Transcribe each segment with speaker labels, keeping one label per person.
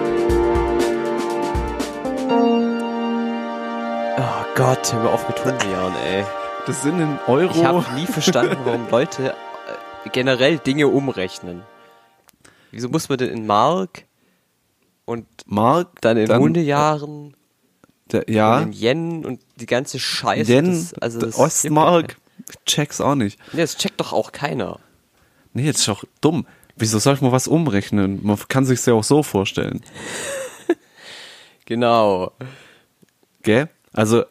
Speaker 1: jetzt Oh hör mir auf mit Hundejahren, ey.
Speaker 2: Das sind in
Speaker 1: Ich
Speaker 2: Euro.
Speaker 1: habe nie verstanden, warum Leute äh, generell Dinge umrechnen. Wieso muss man denn in Mark und
Speaker 2: Mark,
Speaker 1: dann in
Speaker 2: dann-
Speaker 1: Hundejahren
Speaker 2: Der, ja,
Speaker 1: und in Yen und die ganze Scheiße?
Speaker 2: Yen,
Speaker 1: das, also das
Speaker 2: Ostmark, check's auch nicht.
Speaker 1: Nee, das checkt doch auch keiner.
Speaker 2: Nee, jetzt ist doch dumm. Wieso soll ich mal was umrechnen? Man kann sich's ja auch so vorstellen.
Speaker 1: Genau.
Speaker 2: Gell? Also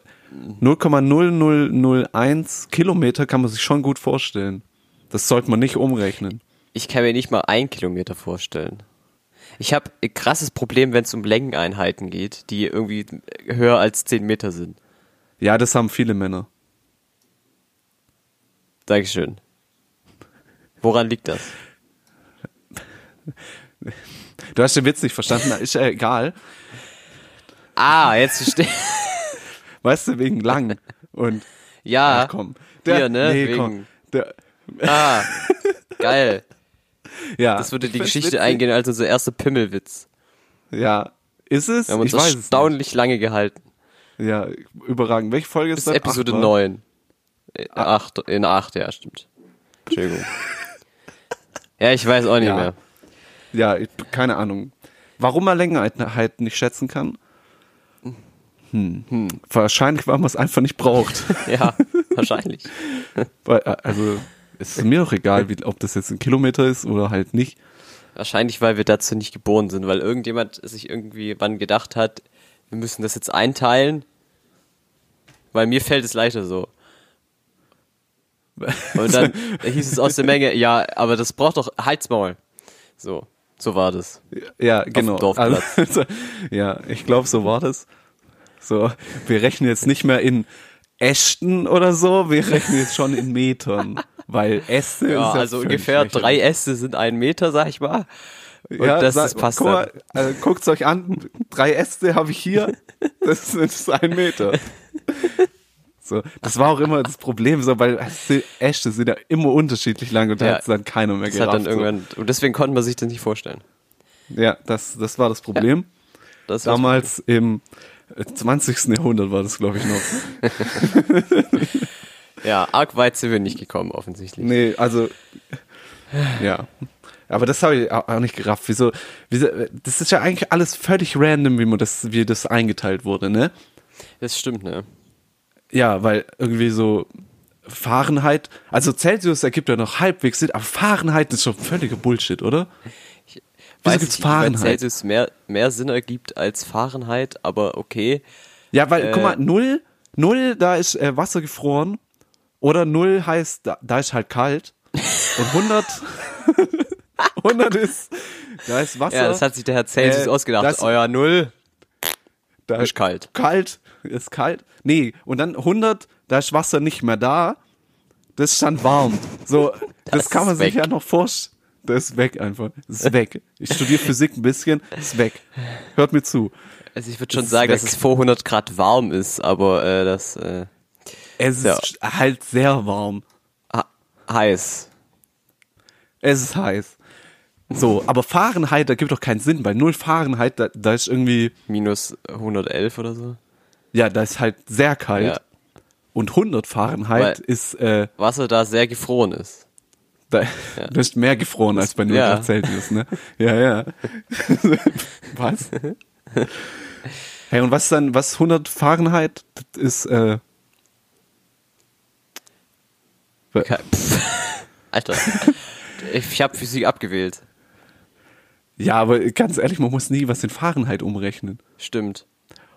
Speaker 2: 0,0001 Kilometer kann man sich schon gut vorstellen. Das sollte man nicht umrechnen.
Speaker 1: Ich kann mir nicht mal ein Kilometer vorstellen. Ich habe ein krasses Problem, wenn es um Längeneinheiten geht, die irgendwie höher als 10 Meter sind.
Speaker 2: Ja, das haben viele Männer.
Speaker 1: Dankeschön. Woran liegt das?
Speaker 2: Du hast den Witz nicht verstanden, na, ist ja egal.
Speaker 1: Ah, jetzt verstehe
Speaker 2: Weißt du, wegen lang. Und
Speaker 1: Ja.
Speaker 2: ach komm.
Speaker 1: Hier, ne? Wegen-
Speaker 2: Der,
Speaker 1: Ah, geil.
Speaker 2: ja.
Speaker 1: Das würde die
Speaker 2: Find's
Speaker 1: Geschichte
Speaker 2: witzig.
Speaker 1: eingehen als unser erster Pimmelwitz.
Speaker 2: Ja. Ist es?
Speaker 1: Wir haben uns
Speaker 2: ich weiß es nicht.
Speaker 1: erstaunlich lange gehalten.
Speaker 2: Ja, überragend. Welche Folge ist
Speaker 1: Bis
Speaker 2: das? Ah.
Speaker 1: Episode
Speaker 2: Acht, wa?
Speaker 1: 9. Äh, acht, in 8, ja, stimmt. Entschuldigung. ja, ich weiß auch nicht
Speaker 2: Ja.
Speaker 1: mehr.
Speaker 2: Ja, ich, keine Ahnung. Warum man Längeneinheiten halt nicht schätzen kann? Hm. Wahrscheinlich, weil man es einfach nicht braucht.
Speaker 1: Ja, wahrscheinlich.
Speaker 2: Weil, äh, also, es ist mir auch egal, wie, ob das jetzt ein Kilometer ist oder halt nicht.
Speaker 1: Wahrscheinlich, weil wir dazu nicht geboren sind, weil irgendjemand sich irgendwie wann gedacht hat, wir müssen das jetzt einteilen, weil mir fällt es leichter so. Und dann hieß es aus der Menge, ja, aber das braucht doch Heizmaul. So, so war das.
Speaker 2: Ja, genau.
Speaker 1: Dorfplatz.
Speaker 2: Also, ja, ich glaube, so war das. So, wir rechnen jetzt nicht mehr in Ästen oder so, wir rechnen jetzt schon in Metern. Weil Äste
Speaker 1: Ja,
Speaker 2: ist ja
Speaker 1: also
Speaker 2: völlig
Speaker 1: ungefähr
Speaker 2: lächerlich.
Speaker 1: drei Äste sind ein Meter, sag ich mal. Und
Speaker 2: ja,
Speaker 1: das,
Speaker 2: sag-
Speaker 1: das passt
Speaker 2: guck
Speaker 1: dann.
Speaker 2: mal, also guckt's euch an. Drei Äste habe ich hier. Das ist ein Meter. So, das war auch immer das Problem, so, weil Äste- Äste sind ja immer unterschiedlich lang und da
Speaker 1: Ja.
Speaker 2: hat's dann keiner mehr
Speaker 1: Das
Speaker 2: gerafft.
Speaker 1: hat dann
Speaker 2: so.
Speaker 1: irgendwann, und deswegen konnte man sich das nicht vorstellen.
Speaker 2: Ja, das, das war das Problem.
Speaker 1: Das war-
Speaker 2: Damals im 20. Jahrhundert war das, glaube ich, noch.
Speaker 1: ja, arg weit sind wir nicht gekommen, offensichtlich.
Speaker 2: Nee, also. Ja. Aber das habe ich au- auch nicht gerafft. Wieso, wieso? Das ist ja eigentlich alles völlig random, wie man das, wie das eingeteilt wurde, ne?
Speaker 1: Das stimmt, ne?
Speaker 2: Ja, weil irgendwie so Fahrenheit, also Celsius ergibt ja noch halbwegs Sinn, aber Fahrenheit ist schon völliger Bullshit, oder? Wieso
Speaker 1: Weiß nicht,
Speaker 2: gibt's
Speaker 1: inwieweit
Speaker 2: Fahrenheit?
Speaker 1: Celsius mehr, mehr Sinn ergibt als Fahrenheit, aber okay.
Speaker 2: Ja, weil,
Speaker 1: Äh.
Speaker 2: guck mal, null, null, da ist äh, Wasser gefroren. Oder null heißt, da, da ist halt kalt. Und 100, 100 ist, da ist Wasser.
Speaker 1: Ja, das hat sich der Herr Celsius
Speaker 2: Äh,
Speaker 1: ausgedacht.
Speaker 2: das-
Speaker 1: Euer Null.
Speaker 2: da
Speaker 1: ist kalt.
Speaker 2: Kalt, ist kalt. Nee, und dann 100, da ist Wasser nicht mehr da. Das ist dann warm. So, das,
Speaker 1: ist
Speaker 2: kann man sich
Speaker 1: weg.
Speaker 2: ja noch vorstellen. Das ist weg einfach. Das ist weg. Ich studiere Physik ein bisschen, das ist weg. Hört mir zu.
Speaker 1: Also ich würde schon
Speaker 2: ist
Speaker 1: sagen, dass
Speaker 2: weg.
Speaker 1: es vor 100 Grad warm ist, aber äh, das äh,
Speaker 2: Es ist
Speaker 1: Ja.
Speaker 2: halt sehr warm.
Speaker 1: ha- heiß.
Speaker 2: Es ist heiß. So, aber Fahrenheit, da gibt doch keinen Sinn, weil null Fahrenheit, da, da ist irgendwie,
Speaker 1: Minus 111 oder so.
Speaker 2: ja, da ist halt sehr kalt.
Speaker 1: Ja.
Speaker 2: Und 100 Fahrenheit
Speaker 1: Weil-
Speaker 2: ist, äh,
Speaker 1: Wasser da sehr gefroren ist.
Speaker 2: da, du bist mehr gefroren als bei 0
Speaker 1: Ja.
Speaker 2: Grad Celsius, ne? Ja, ja. was? Hey, und was ist dann, was 100 Fahrenheit das ist, äh,
Speaker 1: Ke- Pff. Alter, ich habe Physik abgewählt.
Speaker 2: ja, aber ganz ehrlich, man muss nie was in Fahrenheit umrechnen.
Speaker 1: Stimmt.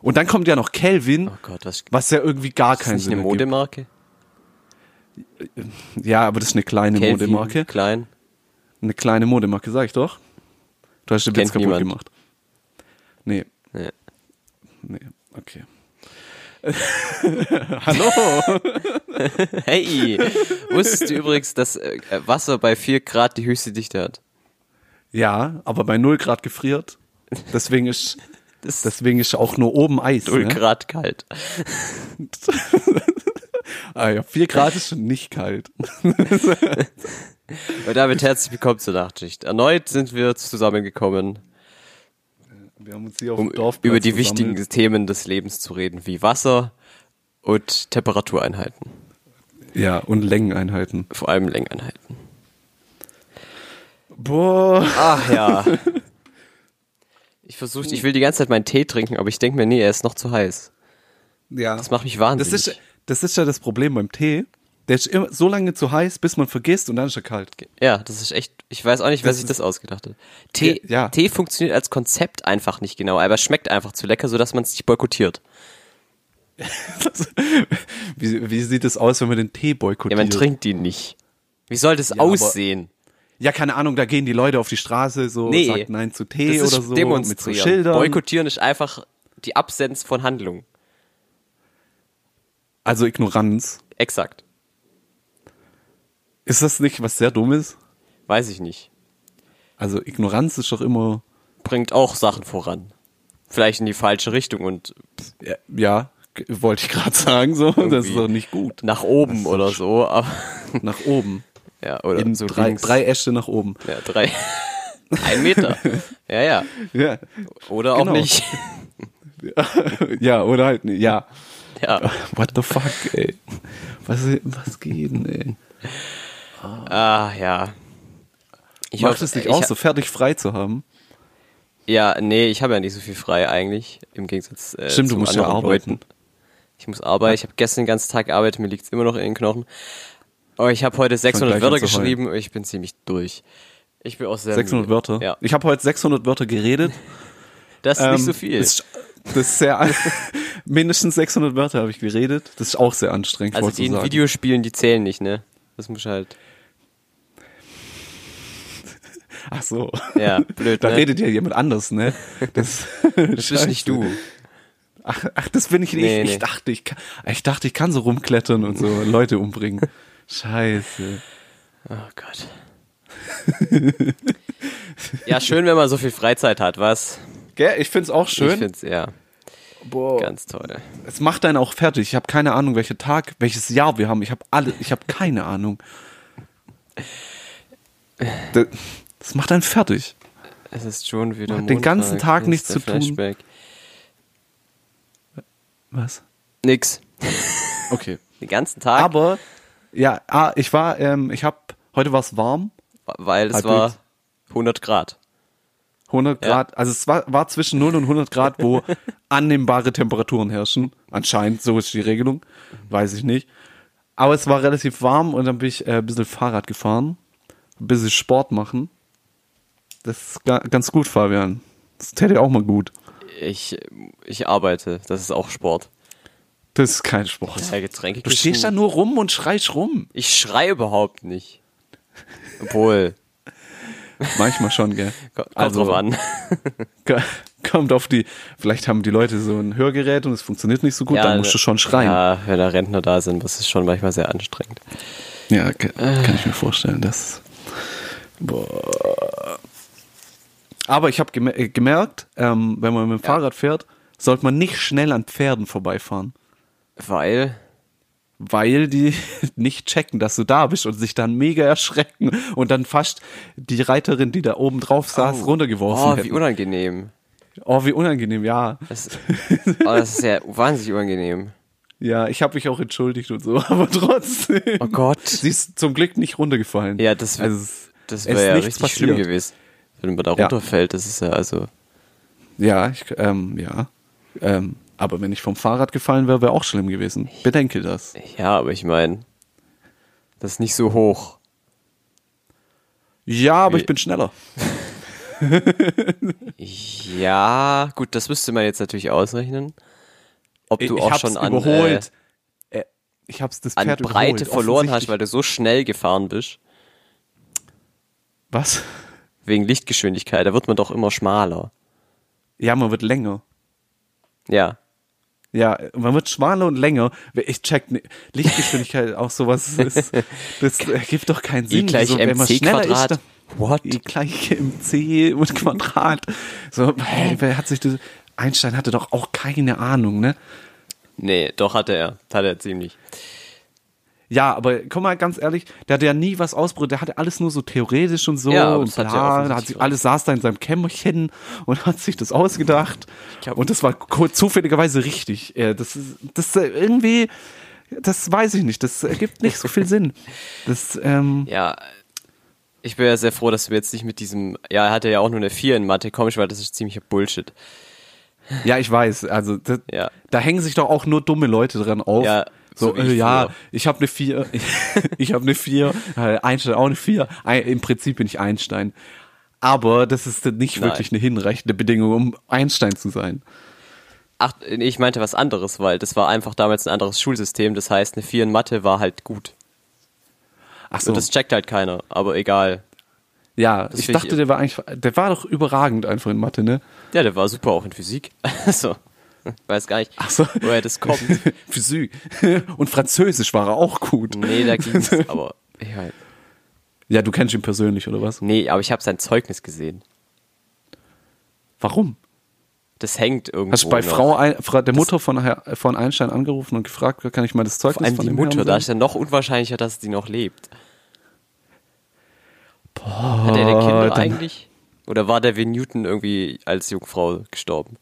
Speaker 2: Und dann kommt ja noch Kelvin,
Speaker 1: Oh Gott, was,
Speaker 2: was ja irgendwie gar
Speaker 1: ist
Speaker 2: keinen
Speaker 1: nicht
Speaker 2: Sinn
Speaker 1: eine
Speaker 2: ergibt.
Speaker 1: Modemarke?
Speaker 2: Ja, aber das ist eine kleine
Speaker 1: Kelvin,
Speaker 2: Modemarke.
Speaker 1: Klein.
Speaker 2: Eine kleine Modemarke, sag ich doch. Du hast den
Speaker 1: Kennt
Speaker 2: Witz kaputt
Speaker 1: niemand.
Speaker 2: gemacht. Nee,
Speaker 1: Ja.
Speaker 2: nee, okay. Hallo!
Speaker 1: Hey, wusstest du übrigens, dass äh, Wasser bei 4 Grad die höchste Dichte hat?
Speaker 2: ja, aber bei 0 Grad gefriert. Deswegen ist,
Speaker 1: Das-
Speaker 2: deswegen ist auch nur oben Eis.
Speaker 1: 0
Speaker 2: Ne?
Speaker 1: Grad kalt.
Speaker 2: Ah ja, 4 Grad ist schon nicht kalt.
Speaker 1: Und damit herzlich willkommen zur Nachtschicht. Erneut sind wir zusammengekommen,
Speaker 2: Wir haben uns hier auf
Speaker 1: um
Speaker 2: dem Dorf
Speaker 1: über die wichtigen Themen des Lebens zu reden, wie Wasser und Temperatureinheiten.
Speaker 2: Ja, und Längeneinheiten.
Speaker 1: Vor allem Längeneinheiten.
Speaker 2: Boah.
Speaker 1: Ach ja. Ich versuche, ich will die ganze Zeit meinen Tee trinken, aber ich denke mir, nee, er ist noch zu heiß.
Speaker 2: Ja.
Speaker 1: Das macht mich wahnsinnig.
Speaker 2: Das ist, das ist ja das Problem beim Tee. Der ist immer so lange zu heiß, bis man vergisst und dann ist er kalt.
Speaker 1: ja, das ist echt, ich weiß auch nicht, wer
Speaker 2: Das
Speaker 1: sich
Speaker 2: ist-
Speaker 1: das ausgedacht hat. Tee,
Speaker 2: Ja.
Speaker 1: Tee funktioniert als Konzept einfach nicht genau, aber es schmeckt einfach zu lecker, sodass man es nicht boykottiert.
Speaker 2: Das, wie, wie sieht es aus, wenn man den Tee
Speaker 1: Ja,
Speaker 2: boykottiert?
Speaker 1: man trinkt ihn nicht. Wie soll das aussehen?
Speaker 2: Ja, keine Ahnung, da gehen die Leute auf die Straße so
Speaker 1: Nee.
Speaker 2: sagt Nein zu Tee
Speaker 1: das
Speaker 2: oder
Speaker 1: ist
Speaker 2: so mit so
Speaker 1: demonstrieren.
Speaker 2: Schildern.
Speaker 1: Boykottieren ist einfach die Absenz von Handlung.
Speaker 2: also Ignoranz.
Speaker 1: Exakt.
Speaker 2: Ist das nicht was sehr Dummes?
Speaker 1: Weiß ich nicht.
Speaker 2: Also Ignoranz ist doch immer
Speaker 1: Bringt auch Sachen voran. Vielleicht in die falsche Richtung und
Speaker 2: ja, ja g- wollte ich gerade sagen so, das ist
Speaker 1: Irgendwie.
Speaker 2: doch nicht gut.
Speaker 1: nach
Speaker 2: Also
Speaker 1: oben oder so, aber
Speaker 2: Nach oben.
Speaker 1: ja, oder
Speaker 2: In
Speaker 1: so
Speaker 2: Äh, drei,
Speaker 1: links.
Speaker 2: drei Äste nach oben.
Speaker 1: Ja, drei. Ein Meter. Ja, ja.
Speaker 2: Ja.
Speaker 1: Oder
Speaker 2: Genau.
Speaker 1: auch nicht.
Speaker 2: ja, oder halt nicht. Ja.
Speaker 1: Ja.
Speaker 2: What the fuck, ey? Was, was geht denn, ey?
Speaker 1: Ah, ja. Ich
Speaker 2: Macht
Speaker 1: hoffe-
Speaker 2: es nicht
Speaker 1: ich
Speaker 2: aus,
Speaker 1: ha-
Speaker 2: so fertig frei zu haben?
Speaker 1: Ja, nee, ich habe ja nicht so viel frei eigentlich, im Gegensatz äh,
Speaker 2: Stimmt, du
Speaker 1: zu
Speaker 2: musst ja
Speaker 1: anderen
Speaker 2: arbeiten.
Speaker 1: Leuten. Ich muss arbeiten, ich habe gestern den ganzen Tag gearbeitet, mir liegt's immer noch in den Knochen. Aber ich habe heute 600
Speaker 2: gleich an
Speaker 1: Wörter
Speaker 2: zu heulen.
Speaker 1: geschrieben und ich bin ziemlich durch. Ich bin auch sehr
Speaker 2: 600
Speaker 1: müde.
Speaker 2: Wörter.
Speaker 1: Ja,
Speaker 2: Ich habe heute 600 Wörter geredet.
Speaker 1: das ist nicht
Speaker 2: Ähm,
Speaker 1: so viel.
Speaker 2: Ist, das ist sehr, mindestens 600 Wörter habe ich geredet. Das ist auch sehr anstrengend,
Speaker 1: also
Speaker 2: wollte
Speaker 1: die
Speaker 2: ich
Speaker 1: in
Speaker 2: sagen.
Speaker 1: Videospielen, die zählen nicht, ne? Das muss halt,
Speaker 2: Ach so.
Speaker 1: ja, blöd,
Speaker 2: Da
Speaker 1: ne?
Speaker 2: redet ja jemand anders, ne? Das,
Speaker 1: das bist nicht du.
Speaker 2: Ach, ach, das bin ich nicht.
Speaker 1: Nee,
Speaker 2: ich,
Speaker 1: nee.
Speaker 2: dachte, ich kann, ich dachte, ich kann so rumklettern und so Leute umbringen. Scheiße.
Speaker 1: Oh Gott. ja, schön, wenn man so viel Freizeit hat, was?
Speaker 2: Gell, ich find's auch
Speaker 1: Ich
Speaker 2: schön. Oh.
Speaker 1: find's, ja,
Speaker 2: Boah.
Speaker 1: ganz toll.
Speaker 2: Es macht einen auch fertig. Ich habe keine Ahnung, welcher Tag, welches Jahr wir haben. Ich habe alle, ich habe keine Ahnung. Das, das macht einen fertig.
Speaker 1: Es ist schon wieder
Speaker 2: Man hat den ganzen
Speaker 1: Montag,
Speaker 2: Tag
Speaker 1: hier
Speaker 2: nichts
Speaker 1: ist der
Speaker 2: zu tun.
Speaker 1: Flashback.
Speaker 2: Was?
Speaker 1: Nix.
Speaker 2: Okay.
Speaker 1: Den ganzen Tag,
Speaker 2: Aber ja, ah, ich war, ähm, ich habe heute war es warm,
Speaker 1: weil es
Speaker 2: Halbwegs.
Speaker 1: war 100 Grad.
Speaker 2: 100
Speaker 1: Ja.
Speaker 2: Grad. Also es war, war zwischen 0 und 100 Grad, wo annehmbare Temperaturen herrschen. Anscheinend so ist die Regelung, weiß ich nicht. Aber es war relativ warm und dann bin ich äh, ein bisschen Fahrrad gefahren, ein bisschen Sport machen. Das ist ga ganz gut, Fabian. Das täte auch mal gut.
Speaker 1: Ich, ich arbeite, das ist auch Sport.
Speaker 2: Das ist kein Sport.
Speaker 1: Ja, Getränke
Speaker 2: Du stehst da nur rum und schreist rum.
Speaker 1: Ich schreie überhaupt nicht. Obwohl, Also,
Speaker 2: Manchmal schon, gell?
Speaker 1: ko- kommt drauf an.
Speaker 2: K- kommt auf die, vielleicht haben die Leute so ein Hörgerät und es funktioniert nicht so gut, dann musst du schon schreien.
Speaker 1: Ja, wenn da Rentner da sind, das ist schon manchmal sehr anstrengend.
Speaker 2: Ja, k- kann ich mir vorstellen, das. Boah. Aber ich habe gemer äh, gemerkt, ähm, wenn man mit dem Fahrrad fährt, sollte man nicht schnell an Pferden vorbeifahren,
Speaker 1: Weil,
Speaker 2: weil die nicht checken, dass du da bist und sich dann mega erschrecken und dann fast die Reiterin, die da oben drauf saß, runtergeworfen
Speaker 1: oh,
Speaker 2: hätten.
Speaker 1: wie unangenehm.
Speaker 2: oh, wie unangenehm, ja.
Speaker 1: Das, oh, das ist ja wahnsinnig unangenehm.
Speaker 2: Ja, ich habe mich auch entschuldigt und so, aber trotzdem.
Speaker 1: Oh Gott.
Speaker 2: Sie ist zum Glück nicht runtergefallen.
Speaker 1: Ja, das, wär-
Speaker 2: Also es-
Speaker 1: das
Speaker 2: es ist
Speaker 1: wäre ja
Speaker 2: nichts
Speaker 1: richtig schlimm
Speaker 2: passiert.
Speaker 1: gewesen. Wenn man da
Speaker 2: Ja.
Speaker 1: runterfällt, das ist ja also.
Speaker 2: Ja, ich, ähm, ja. Ähm, aber wenn ich vom Fahrrad gefallen wäre, wäre auch schlimm gewesen. Bedenke das.
Speaker 1: Ja, aber ich meine, das ist nicht so hoch.
Speaker 2: Ja, aber
Speaker 1: Wie-
Speaker 2: ich bin schneller.
Speaker 1: Ja, gut, das müsste man jetzt natürlich ausrechnen. Ob du auch schon an,
Speaker 2: überholt. Äh, ich hab's das
Speaker 1: Äh, an
Speaker 2: Pferd
Speaker 1: Breite
Speaker 2: überholt,
Speaker 1: verloren hast, weil
Speaker 2: offensichtlich.
Speaker 1: du so schnell gefahren bist.
Speaker 2: Was?
Speaker 1: Wegen Lichtgeschwindigkeit, da wird man doch immer schmaler.
Speaker 2: Ja, man wird länger.
Speaker 1: Ja.
Speaker 2: Ja, man wird schmaler und länger. Ich check ni- Lichtgeschwindigkeit auch sowas. Das, das ergibt doch keinen
Speaker 1: I
Speaker 2: Sinn.
Speaker 1: E gleich
Speaker 2: Wieso, wenn man
Speaker 1: mc
Speaker 2: schneller ist,
Speaker 1: Quadrat.
Speaker 2: dann-
Speaker 1: What?
Speaker 2: I gleich mc und Quadrat. So, hey, wer hat sich das? Einstein hatte doch auch keine Ahnung, ne?
Speaker 1: Nee, doch hatte er. Hatte er ziemlich.
Speaker 2: Ja, aber komm mal ganz ehrlich, der hatte ja nie was ausprobiert, der hatte alles nur so theoretisch und so
Speaker 1: Ja, aber
Speaker 2: und
Speaker 1: das hat
Speaker 2: bla,
Speaker 1: er offensichtlich
Speaker 2: da hat sich
Speaker 1: auch.
Speaker 2: alles saß da in seinem Kämmerchen und hat sich das ausgedacht und das war ko- zufälligerweise richtig. Äh, Das ist das äh, irgendwie das weiß ich nicht, das ergibt nicht so viel Sinn. Das ähm,
Speaker 1: Ja, ich bin ja sehr froh, dass wir jetzt nicht mit diesem, ja, er hatte ja auch nur eine 4 in Mathe, komisch, weil das ist ziemlicher Bullshit.
Speaker 2: ja, ich weiß, also das,
Speaker 1: Ja.
Speaker 2: da hängen sich doch auch nur dumme Leute dran auf.
Speaker 1: Ja,
Speaker 2: So,
Speaker 1: so wie
Speaker 2: äh,
Speaker 1: ich
Speaker 2: ja,
Speaker 1: früher.
Speaker 2: ich habe eine 4, ich habe eine 4, äh, Einstein auch eine 4. Ein, Im Prinzip bin ich Einstein. Aber das ist dann nicht
Speaker 1: Nein.
Speaker 2: wirklich eine hinreichende Bedingung, um Einstein zu sein.
Speaker 1: Ach, ich meinte was anderes, weil das war einfach damals ein anderes Schulsystem, das heißt, eine 4 in Mathe war halt gut.
Speaker 2: Ach so,
Speaker 1: Und das checkt halt keiner, aber egal.
Speaker 2: ja,
Speaker 1: finde
Speaker 2: ich
Speaker 1: ich-
Speaker 2: dachte, der war eigentlich, der war doch überragend einfach in Mathe, ne?
Speaker 1: Ja, der war super auch in Physik. Also, weiß gar nicht,
Speaker 2: Ach so.
Speaker 1: woher das kommt.
Speaker 2: Physik. Und Französisch war er auch gut.
Speaker 1: Nee, da ging's, aber, ja,
Speaker 2: Ja, du kennst ihn persönlich, oder was?
Speaker 1: nee, aber ich habe sein Zeugnis gesehen.
Speaker 2: Warum?
Speaker 1: Das hängt irgendwo.
Speaker 2: Hast du bei
Speaker 1: noch.
Speaker 2: Frau, Ein- Fra- der Mutter von, Herr- von Einstein angerufen und gefragt, kann ich mal das Zeugnis
Speaker 1: Vor allem
Speaker 2: von
Speaker 1: die
Speaker 2: dem Herrn
Speaker 1: Mutter, da
Speaker 2: sehen?
Speaker 1: ist ja noch unwahrscheinlicher, dass die noch lebt. Boah. Hat er der Kinder
Speaker 2: dann-
Speaker 1: eigentlich? Oder war der wie Newton irgendwie als Jungfrau gestorben?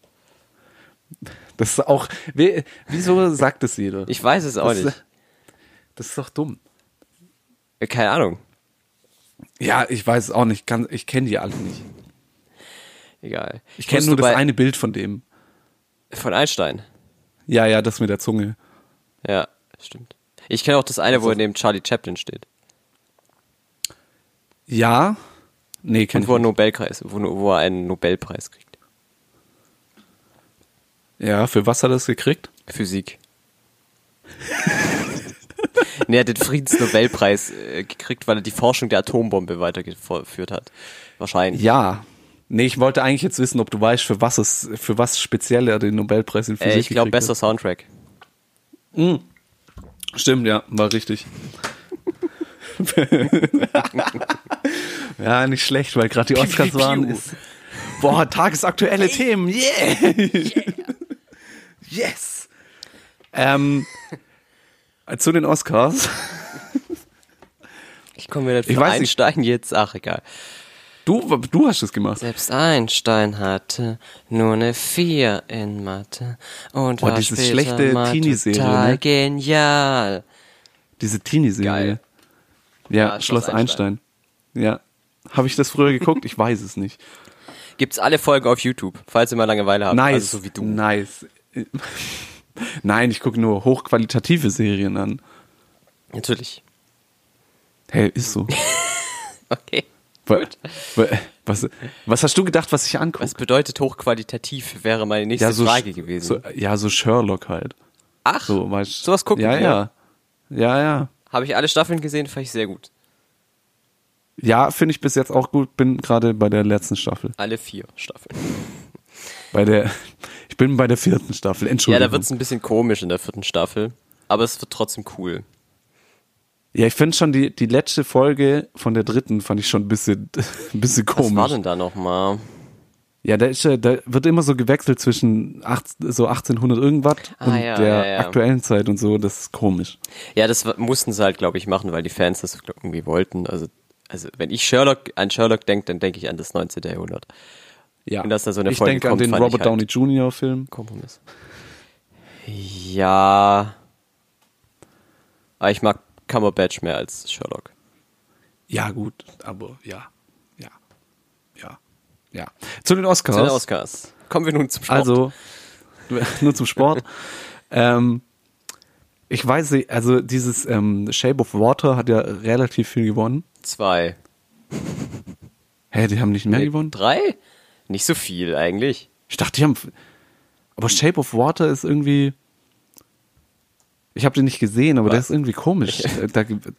Speaker 2: Das ist auch. we- Wieso sagt es jeder?
Speaker 1: Ich weiß es auch
Speaker 2: das,
Speaker 1: nicht.
Speaker 2: Das ist doch dumm.
Speaker 1: Äh, Keine Ahnung.
Speaker 2: Ja, ich weiß es auch nicht. Kann, ich kenne die alle nicht.
Speaker 1: Egal.
Speaker 2: Ich kenne
Speaker 1: wusste
Speaker 2: nur das
Speaker 1: bei-
Speaker 2: eine Bild von dem.
Speaker 1: Von Einstein.
Speaker 2: Ja, ja, das mit der Zunge.
Speaker 1: Ja, stimmt. Ich kenne auch das eine, wo er neben Charlie Chaplin steht.
Speaker 2: Ja. Nee, kenn
Speaker 1: Und
Speaker 2: ich
Speaker 1: wo er,
Speaker 2: nicht.
Speaker 1: Nobelpreis, wo, wo er einen Nobelpreis kriegt.
Speaker 2: Ja, für was hat er das gekriegt?
Speaker 1: Physik. nee, er hat den Friedensnobelpreis äh, gekriegt, weil er die Forschung der Atombombe weitergeführt hat. Wahrscheinlich. Äh,
Speaker 2: Ja. Nee, ich wollte eigentlich jetzt wissen, ob du weißt, für was es, für was speziell er den Nobelpreis in Physik
Speaker 1: äh, ich glaube,
Speaker 2: gekriegt
Speaker 1: besser Soundtrack.
Speaker 2: hat. Stimmt, ja, war richtig. ja, nicht schlecht, weil gerade die Oscars
Speaker 1: piu,
Speaker 2: waren.
Speaker 1: piu.
Speaker 2: Ist, boah, tagesaktuelle Themen, yeah! yes! Ähm, zu den Oscars.
Speaker 1: Ich komme mir nicht
Speaker 2: Ich
Speaker 1: von
Speaker 2: weiß nicht.
Speaker 1: Einstein jetzt. Ach, egal.
Speaker 2: Du, du hast es gemacht.
Speaker 1: Selbst Einstein hatte nur eine 4 in Mathe und
Speaker 2: Oh,
Speaker 1: war
Speaker 2: dieses
Speaker 1: später
Speaker 2: schlechte
Speaker 1: mal
Speaker 2: Teenie-Serie,
Speaker 1: total
Speaker 2: ne?
Speaker 1: genial.
Speaker 2: Diese Teenie-Serie.
Speaker 1: Geil.
Speaker 2: Ja,
Speaker 1: Ja,
Speaker 2: Schloss
Speaker 1: Schloss
Speaker 2: Einstein. Ja. Habe ich das früher geguckt? Ich weiß es nicht.
Speaker 1: Gibt's alle Folgen auf YouTube, falls ihr mal Langeweile habt.
Speaker 2: Nice.
Speaker 1: Also so wie du.
Speaker 2: Nice. Nein, ich gucke nur hochqualitative Serien an.
Speaker 1: Natürlich.
Speaker 2: Hey, ist so.
Speaker 1: Okay.
Speaker 2: Wa- wa- was, was hast du gedacht, was ich angucke?
Speaker 1: Was bedeutet hochqualitativ, wäre meine nächste Frage gewesen.
Speaker 2: So, ja, so Sherlock halt.
Speaker 1: Ach,
Speaker 2: So, weißt,
Speaker 1: sowas gucken
Speaker 2: ja,
Speaker 1: wir.
Speaker 2: ja. Ja, ja.
Speaker 1: habe ich alle Staffeln gesehen, fand ich sehr gut.
Speaker 2: Ja, finde ich bis jetzt auch gut. Bin gerade bei der letzten Staffel.
Speaker 1: Alle vier Staffeln.
Speaker 2: Bei der, ich bin bei der vierten Staffel.
Speaker 1: Ja,
Speaker 2: Entschuldigung.
Speaker 1: da wird's ein bisschen komisch in der vierten Staffel, aber es wird trotzdem cool.
Speaker 2: Ja, ich finde schon die, die letzte Folge von der dritten fand ich schon ein bisschen, ein bisschen
Speaker 1: Was war
Speaker 2: komisch.
Speaker 1: denn da nochmal?
Speaker 2: Ja, da, ist, ja- da wird immer so gewechselt zwischen 18, so 1800 irgendwas
Speaker 1: Ah,
Speaker 2: und
Speaker 1: ja,
Speaker 2: der
Speaker 1: ja, ja.
Speaker 2: aktuellen Zeit und so. Das ist komisch.
Speaker 1: Ja, das w- mussten sie halt, glaube ich, machen, weil die Fans das glaub, irgendwie wollten. Also, also wenn ich Sherlock an Sherlock denke, dann denke ich an das 19. Jahrhundert.
Speaker 2: Ja.
Speaker 1: Und dass da so eine
Speaker 2: ich
Speaker 1: Folge
Speaker 2: denke
Speaker 1: kommt,
Speaker 2: an den
Speaker 1: fand ich
Speaker 2: Robert
Speaker 1: halt-
Speaker 2: Downey Jr. Film.
Speaker 1: Kompromiss. Ja. Aber ich mag Cumberbatch mehr als Sherlock.
Speaker 2: Ja, gut, aber ja, ja, ja, ja. Zu den Oscars.
Speaker 1: Zu den Oscars. Kommen wir nun zum Sport.
Speaker 2: Also, nur zum Sport. ähm, ich weiß nicht, also dieses ähm, Shape of Water hat ja relativ viel gewonnen.
Speaker 1: zwei.
Speaker 2: Hä, die haben nicht mehr
Speaker 1: Nee,
Speaker 2: gewonnen?
Speaker 1: Drei? Nicht so viel eigentlich.
Speaker 2: Ich dachte, die haben. Aber Shape of Water ist irgendwie. Ich habe den nicht gesehen, aber der ist irgendwie komisch. Äh, da, gibt-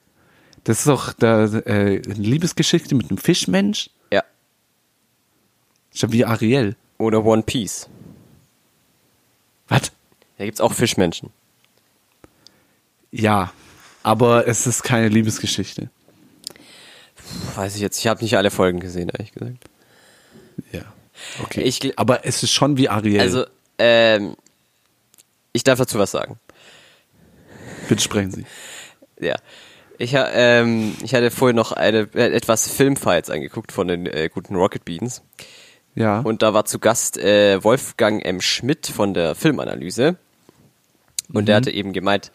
Speaker 2: das ist doch da, äh, eine Liebesgeschichte mit einem Fischmensch.
Speaker 1: Ja.
Speaker 2: Ich hab wie Ariel.
Speaker 1: Oder One Piece.
Speaker 2: Was?
Speaker 1: Da gibt's auch Fischmenschen.
Speaker 2: Ja. Aber es ist keine Liebesgeschichte.
Speaker 1: Puh, weiß ich jetzt. Ich habe nicht alle Folgen gesehen, ehrlich gesagt.
Speaker 2: Ja. Okay.
Speaker 1: Ich gl-
Speaker 2: aber es ist schon wie Ariel.
Speaker 1: Also, ähm, ich darf dazu was sagen.
Speaker 2: Bitte sprechen Sie.
Speaker 1: ja. Ich, ha- ähm, ich hatte vorhin noch eine, äh, etwas Filmfights angeguckt von den äh, guten Rocket Beans.
Speaker 2: Ja.
Speaker 1: Und da war zu Gast äh, Wolfgang M. Schmidt von der Filmanalyse. Und der hatte eben gemeint,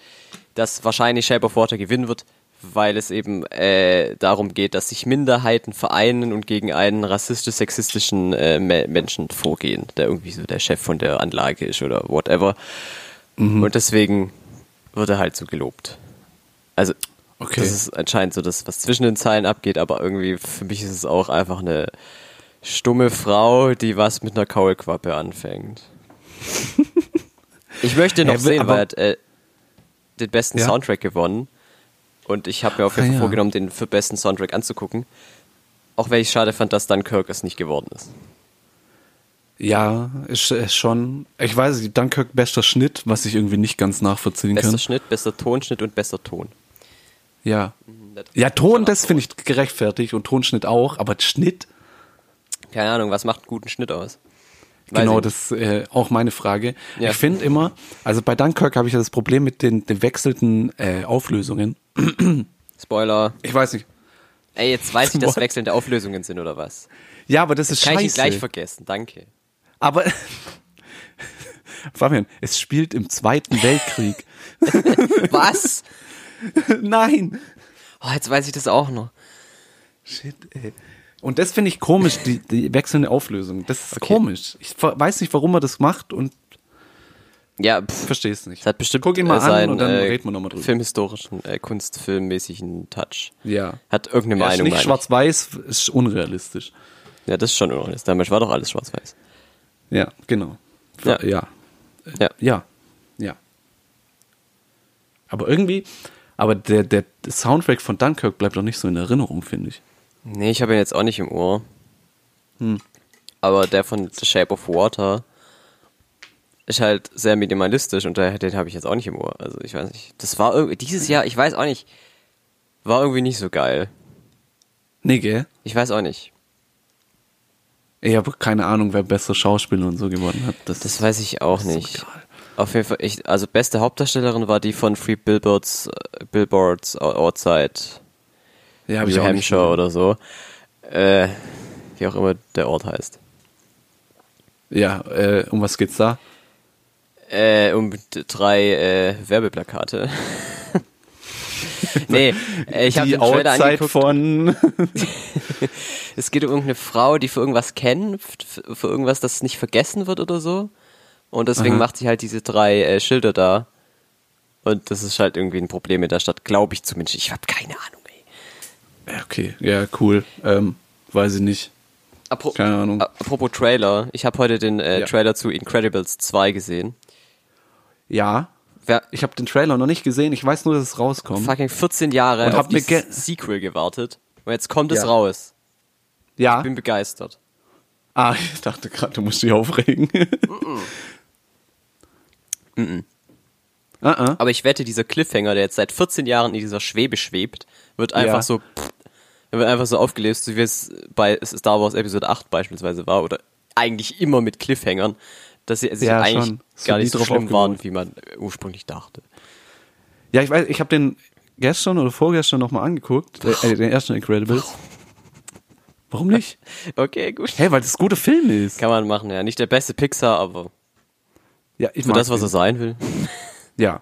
Speaker 1: dass wahrscheinlich Shape of Water gewinnen wird, weil es eben äh, darum geht, dass sich Minderheiten vereinen und gegen einen rassistisch-sexistischen äh, Me- Menschen vorgehen, der irgendwie so der Chef von der Anlage ist oder whatever.
Speaker 2: Mhm.
Speaker 1: Und deswegen wird er halt so gelobt. Also,
Speaker 2: Okay.
Speaker 1: das ist anscheinend so das, was zwischen den Zeilen abgeht, aber irgendwie für mich ist es auch einfach eine stumme Frau, die was mit einer Kaulquappe anfängt. ich möchte noch
Speaker 2: Hey, aber-
Speaker 1: sehen, weil er hat äh, den besten
Speaker 2: Ja.
Speaker 1: Soundtrack gewonnen. Und ich habe mir auf jeden
Speaker 2: Ah,
Speaker 1: Fall
Speaker 2: ja.
Speaker 1: vorgenommen, den für besten Soundtrack anzugucken. Auch wenn ich schade fand, dass Dunkirk es nicht geworden ist.
Speaker 2: ja, ist, ist schon. Ich weiß nicht, Dunkirk bester Schnitt, was ich irgendwie nicht ganz nachvollziehen
Speaker 1: Bester
Speaker 2: kann.
Speaker 1: Schnitt, bester Tonschnitt und bester Ton.
Speaker 2: Ja. Ja, Ton, das finde ich gerechtfertigt und Tonschnitt auch, aber Schnitt,
Speaker 1: Keine Ahnung, was macht einen guten Schnitt aus? Weiß
Speaker 2: genau,
Speaker 1: ich nicht.
Speaker 2: das ist äh, auch meine Frage.
Speaker 1: Ja.
Speaker 2: Ich finde immer, also bei Dunkirk habe ich ja das Problem mit den, den wechselnden äh, Auflösungen.
Speaker 1: Spoiler.
Speaker 2: Ich weiß nicht.
Speaker 1: Ey, jetzt weiß ich, dass
Speaker 2: Spoil-
Speaker 1: wechselnde Auflösungen sind oder was?
Speaker 2: Ja, aber das ist
Speaker 1: Kann ich ihn
Speaker 2: scheiße.
Speaker 1: gleich vergessen, danke.
Speaker 2: Aber Fabian, es spielt im Zweiten Weltkrieg.
Speaker 1: Was?
Speaker 2: Nein.
Speaker 1: Oh, jetzt weiß ich das auch noch.
Speaker 2: Shit, ey. Und das finde ich komisch, die, die wechselnde Auflösung. Das ist
Speaker 1: Okay.
Speaker 2: komisch. Ich ver- weiß nicht, warum er das macht und
Speaker 1: Ja, pff,
Speaker 2: verstehe es nicht.
Speaker 1: das hat bestimmt
Speaker 2: Guck ihn mal
Speaker 1: äh, seinen,
Speaker 2: an und dann
Speaker 1: äh,
Speaker 2: reden wir nochmal drüber.
Speaker 1: filmhistorischen, äh, kunstfilmmäßigen Touch.
Speaker 2: Ja.
Speaker 1: Hat irgendeine
Speaker 2: Er ist
Speaker 1: Meinung.
Speaker 2: nicht
Speaker 1: meine ich.
Speaker 2: schwarz-weiß, ist unrealistisch.
Speaker 1: Ja, das ist schon unrealistisch. Damals war doch alles schwarz-weiß.
Speaker 2: Ja, genau.
Speaker 1: Ja.
Speaker 2: ja.
Speaker 1: Ja.
Speaker 2: Ja, ja. Aber irgendwie, aber der, der Soundtrack von Dunkirk bleibt doch nicht so in Erinnerung, finde ich.
Speaker 1: Nee, ich habe ihn jetzt auch nicht im Ohr.
Speaker 2: Hm.
Speaker 1: Aber der von The Shape of Water ist halt sehr minimalistisch und daher den habe ich jetzt auch nicht im Ohr. Also ich weiß nicht. Das war irgendwie dieses Jahr, ich weiß auch nicht, war irgendwie nicht so geil.
Speaker 2: Nee, gell?
Speaker 1: Ich weiß auch nicht.
Speaker 2: Ich habe keine Ahnung, wer bessere Schauspieler und so geworden hat. Das,
Speaker 1: Das weiß ich auch
Speaker 2: ist
Speaker 1: nicht.
Speaker 2: egal.
Speaker 1: Auf jeden Fall, ich, also beste Hauptdarstellerin war die von Free Billboards, äh, Billboards Outside
Speaker 2: ja, hab
Speaker 1: New
Speaker 2: ich auch nicht.
Speaker 1: Hampshire oder so. Äh, wie auch immer der Ort heißt.
Speaker 2: Ja, äh, um was geht's da?
Speaker 1: Äh, um d- drei äh, Werbeplakate. nee, äh, ich habe
Speaker 2: Die
Speaker 1: den Trailer
Speaker 2: Outside
Speaker 1: angeguckt.
Speaker 2: von.
Speaker 1: Es geht um irgendeine Frau, die für irgendwas kämpft, f- für irgendwas, das nicht vergessen wird oder so. Und deswegen
Speaker 2: Aha.
Speaker 1: macht sie halt diese drei äh, Schilder da. Und das ist halt irgendwie ein Problem in der Stadt, glaube ich zumindest. Ich habe keine Ahnung, ey.
Speaker 2: Ja, okay, ja, cool. Ähm, weiß ich nicht.
Speaker 1: Apro
Speaker 2: Keine Ahnung.
Speaker 1: a- Apropos Trailer, ich habe heute den äh,
Speaker 2: Ja.
Speaker 1: Trailer zu Incredibles 2 gesehen.
Speaker 2: Ja,
Speaker 1: Wer
Speaker 2: ich habe den Trailer noch nicht gesehen. Ich weiß nur, dass es rauskommt.
Speaker 1: fucking 14 Jahre
Speaker 2: Und
Speaker 1: auf
Speaker 2: hab mir
Speaker 1: dieses
Speaker 2: ge-
Speaker 1: Sequel gewartet. Und jetzt kommt es
Speaker 2: Ja.
Speaker 1: raus.
Speaker 2: Ja.
Speaker 1: Bin begeistert.
Speaker 2: Ah, ich dachte gerade, du musst dich aufregen. Ah, ah.
Speaker 1: Aber ich wette, dieser Cliffhanger, der jetzt seit 14 Jahren in dieser Schwebe schwebt, wird einfach so pff, wird einfach so aufgelöst, so wie es bei Star Wars Episode 8 beispielsweise war oder eigentlich immer mit Cliffhangern, dass sie sich
Speaker 2: Ja,
Speaker 1: eigentlich
Speaker 2: schon.
Speaker 1: gar
Speaker 2: Solid
Speaker 1: nicht so
Speaker 2: drauf
Speaker 1: schlimm waren,
Speaker 2: aufgebaut.
Speaker 1: wie man ursprünglich dachte.
Speaker 2: Ja, ich weiß, ich habe den gestern oder vorgestern nochmal angeguckt, äh, äh, den ersten Incredibles. Warum nicht?
Speaker 1: Okay, gut.
Speaker 2: Hey, weil das ein guter Film ist.
Speaker 1: Kann man machen, ja. Nicht der beste Pixar, aber
Speaker 2: Ja, ich
Speaker 1: für das, was
Speaker 2: den.
Speaker 1: er sein will.
Speaker 2: Ja.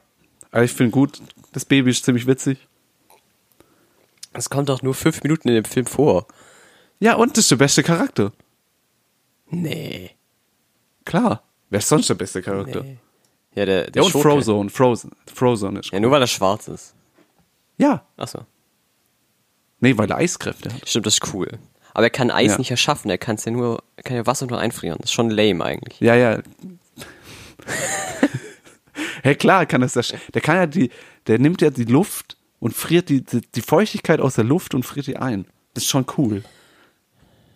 Speaker 2: Aber ich finde gut, das Baby ist ziemlich witzig.
Speaker 1: Es kommt doch nur fünf Minuten in dem Film vor.
Speaker 2: Ja, und das ist der beste Charakter.
Speaker 1: Nee.
Speaker 2: Klar. Wer ist sonst der beste Charakter?
Speaker 1: nee. Ja, der, der
Speaker 2: Ja, und
Speaker 1: Schurke.
Speaker 2: Frozone. Frozen. Frozone ist.
Speaker 1: Ja, nur weil er schwarz ist.
Speaker 2: Ja.
Speaker 1: Achso.
Speaker 2: Nee, weil er Eiskräfte hat.
Speaker 1: Stimmt, das ist cool. Aber er kann Eis
Speaker 2: Ja.
Speaker 1: nicht erschaffen, er kann's ja nur, er kann ja Wasser nur einfrieren. Das ist schon lame eigentlich.
Speaker 2: Ja, ja. hey, klar, kann das der, Sch- der kann ja die, der nimmt ja die Luft und friert die, die, die Feuchtigkeit aus der Luft und friert die ein. Das ist schon cool.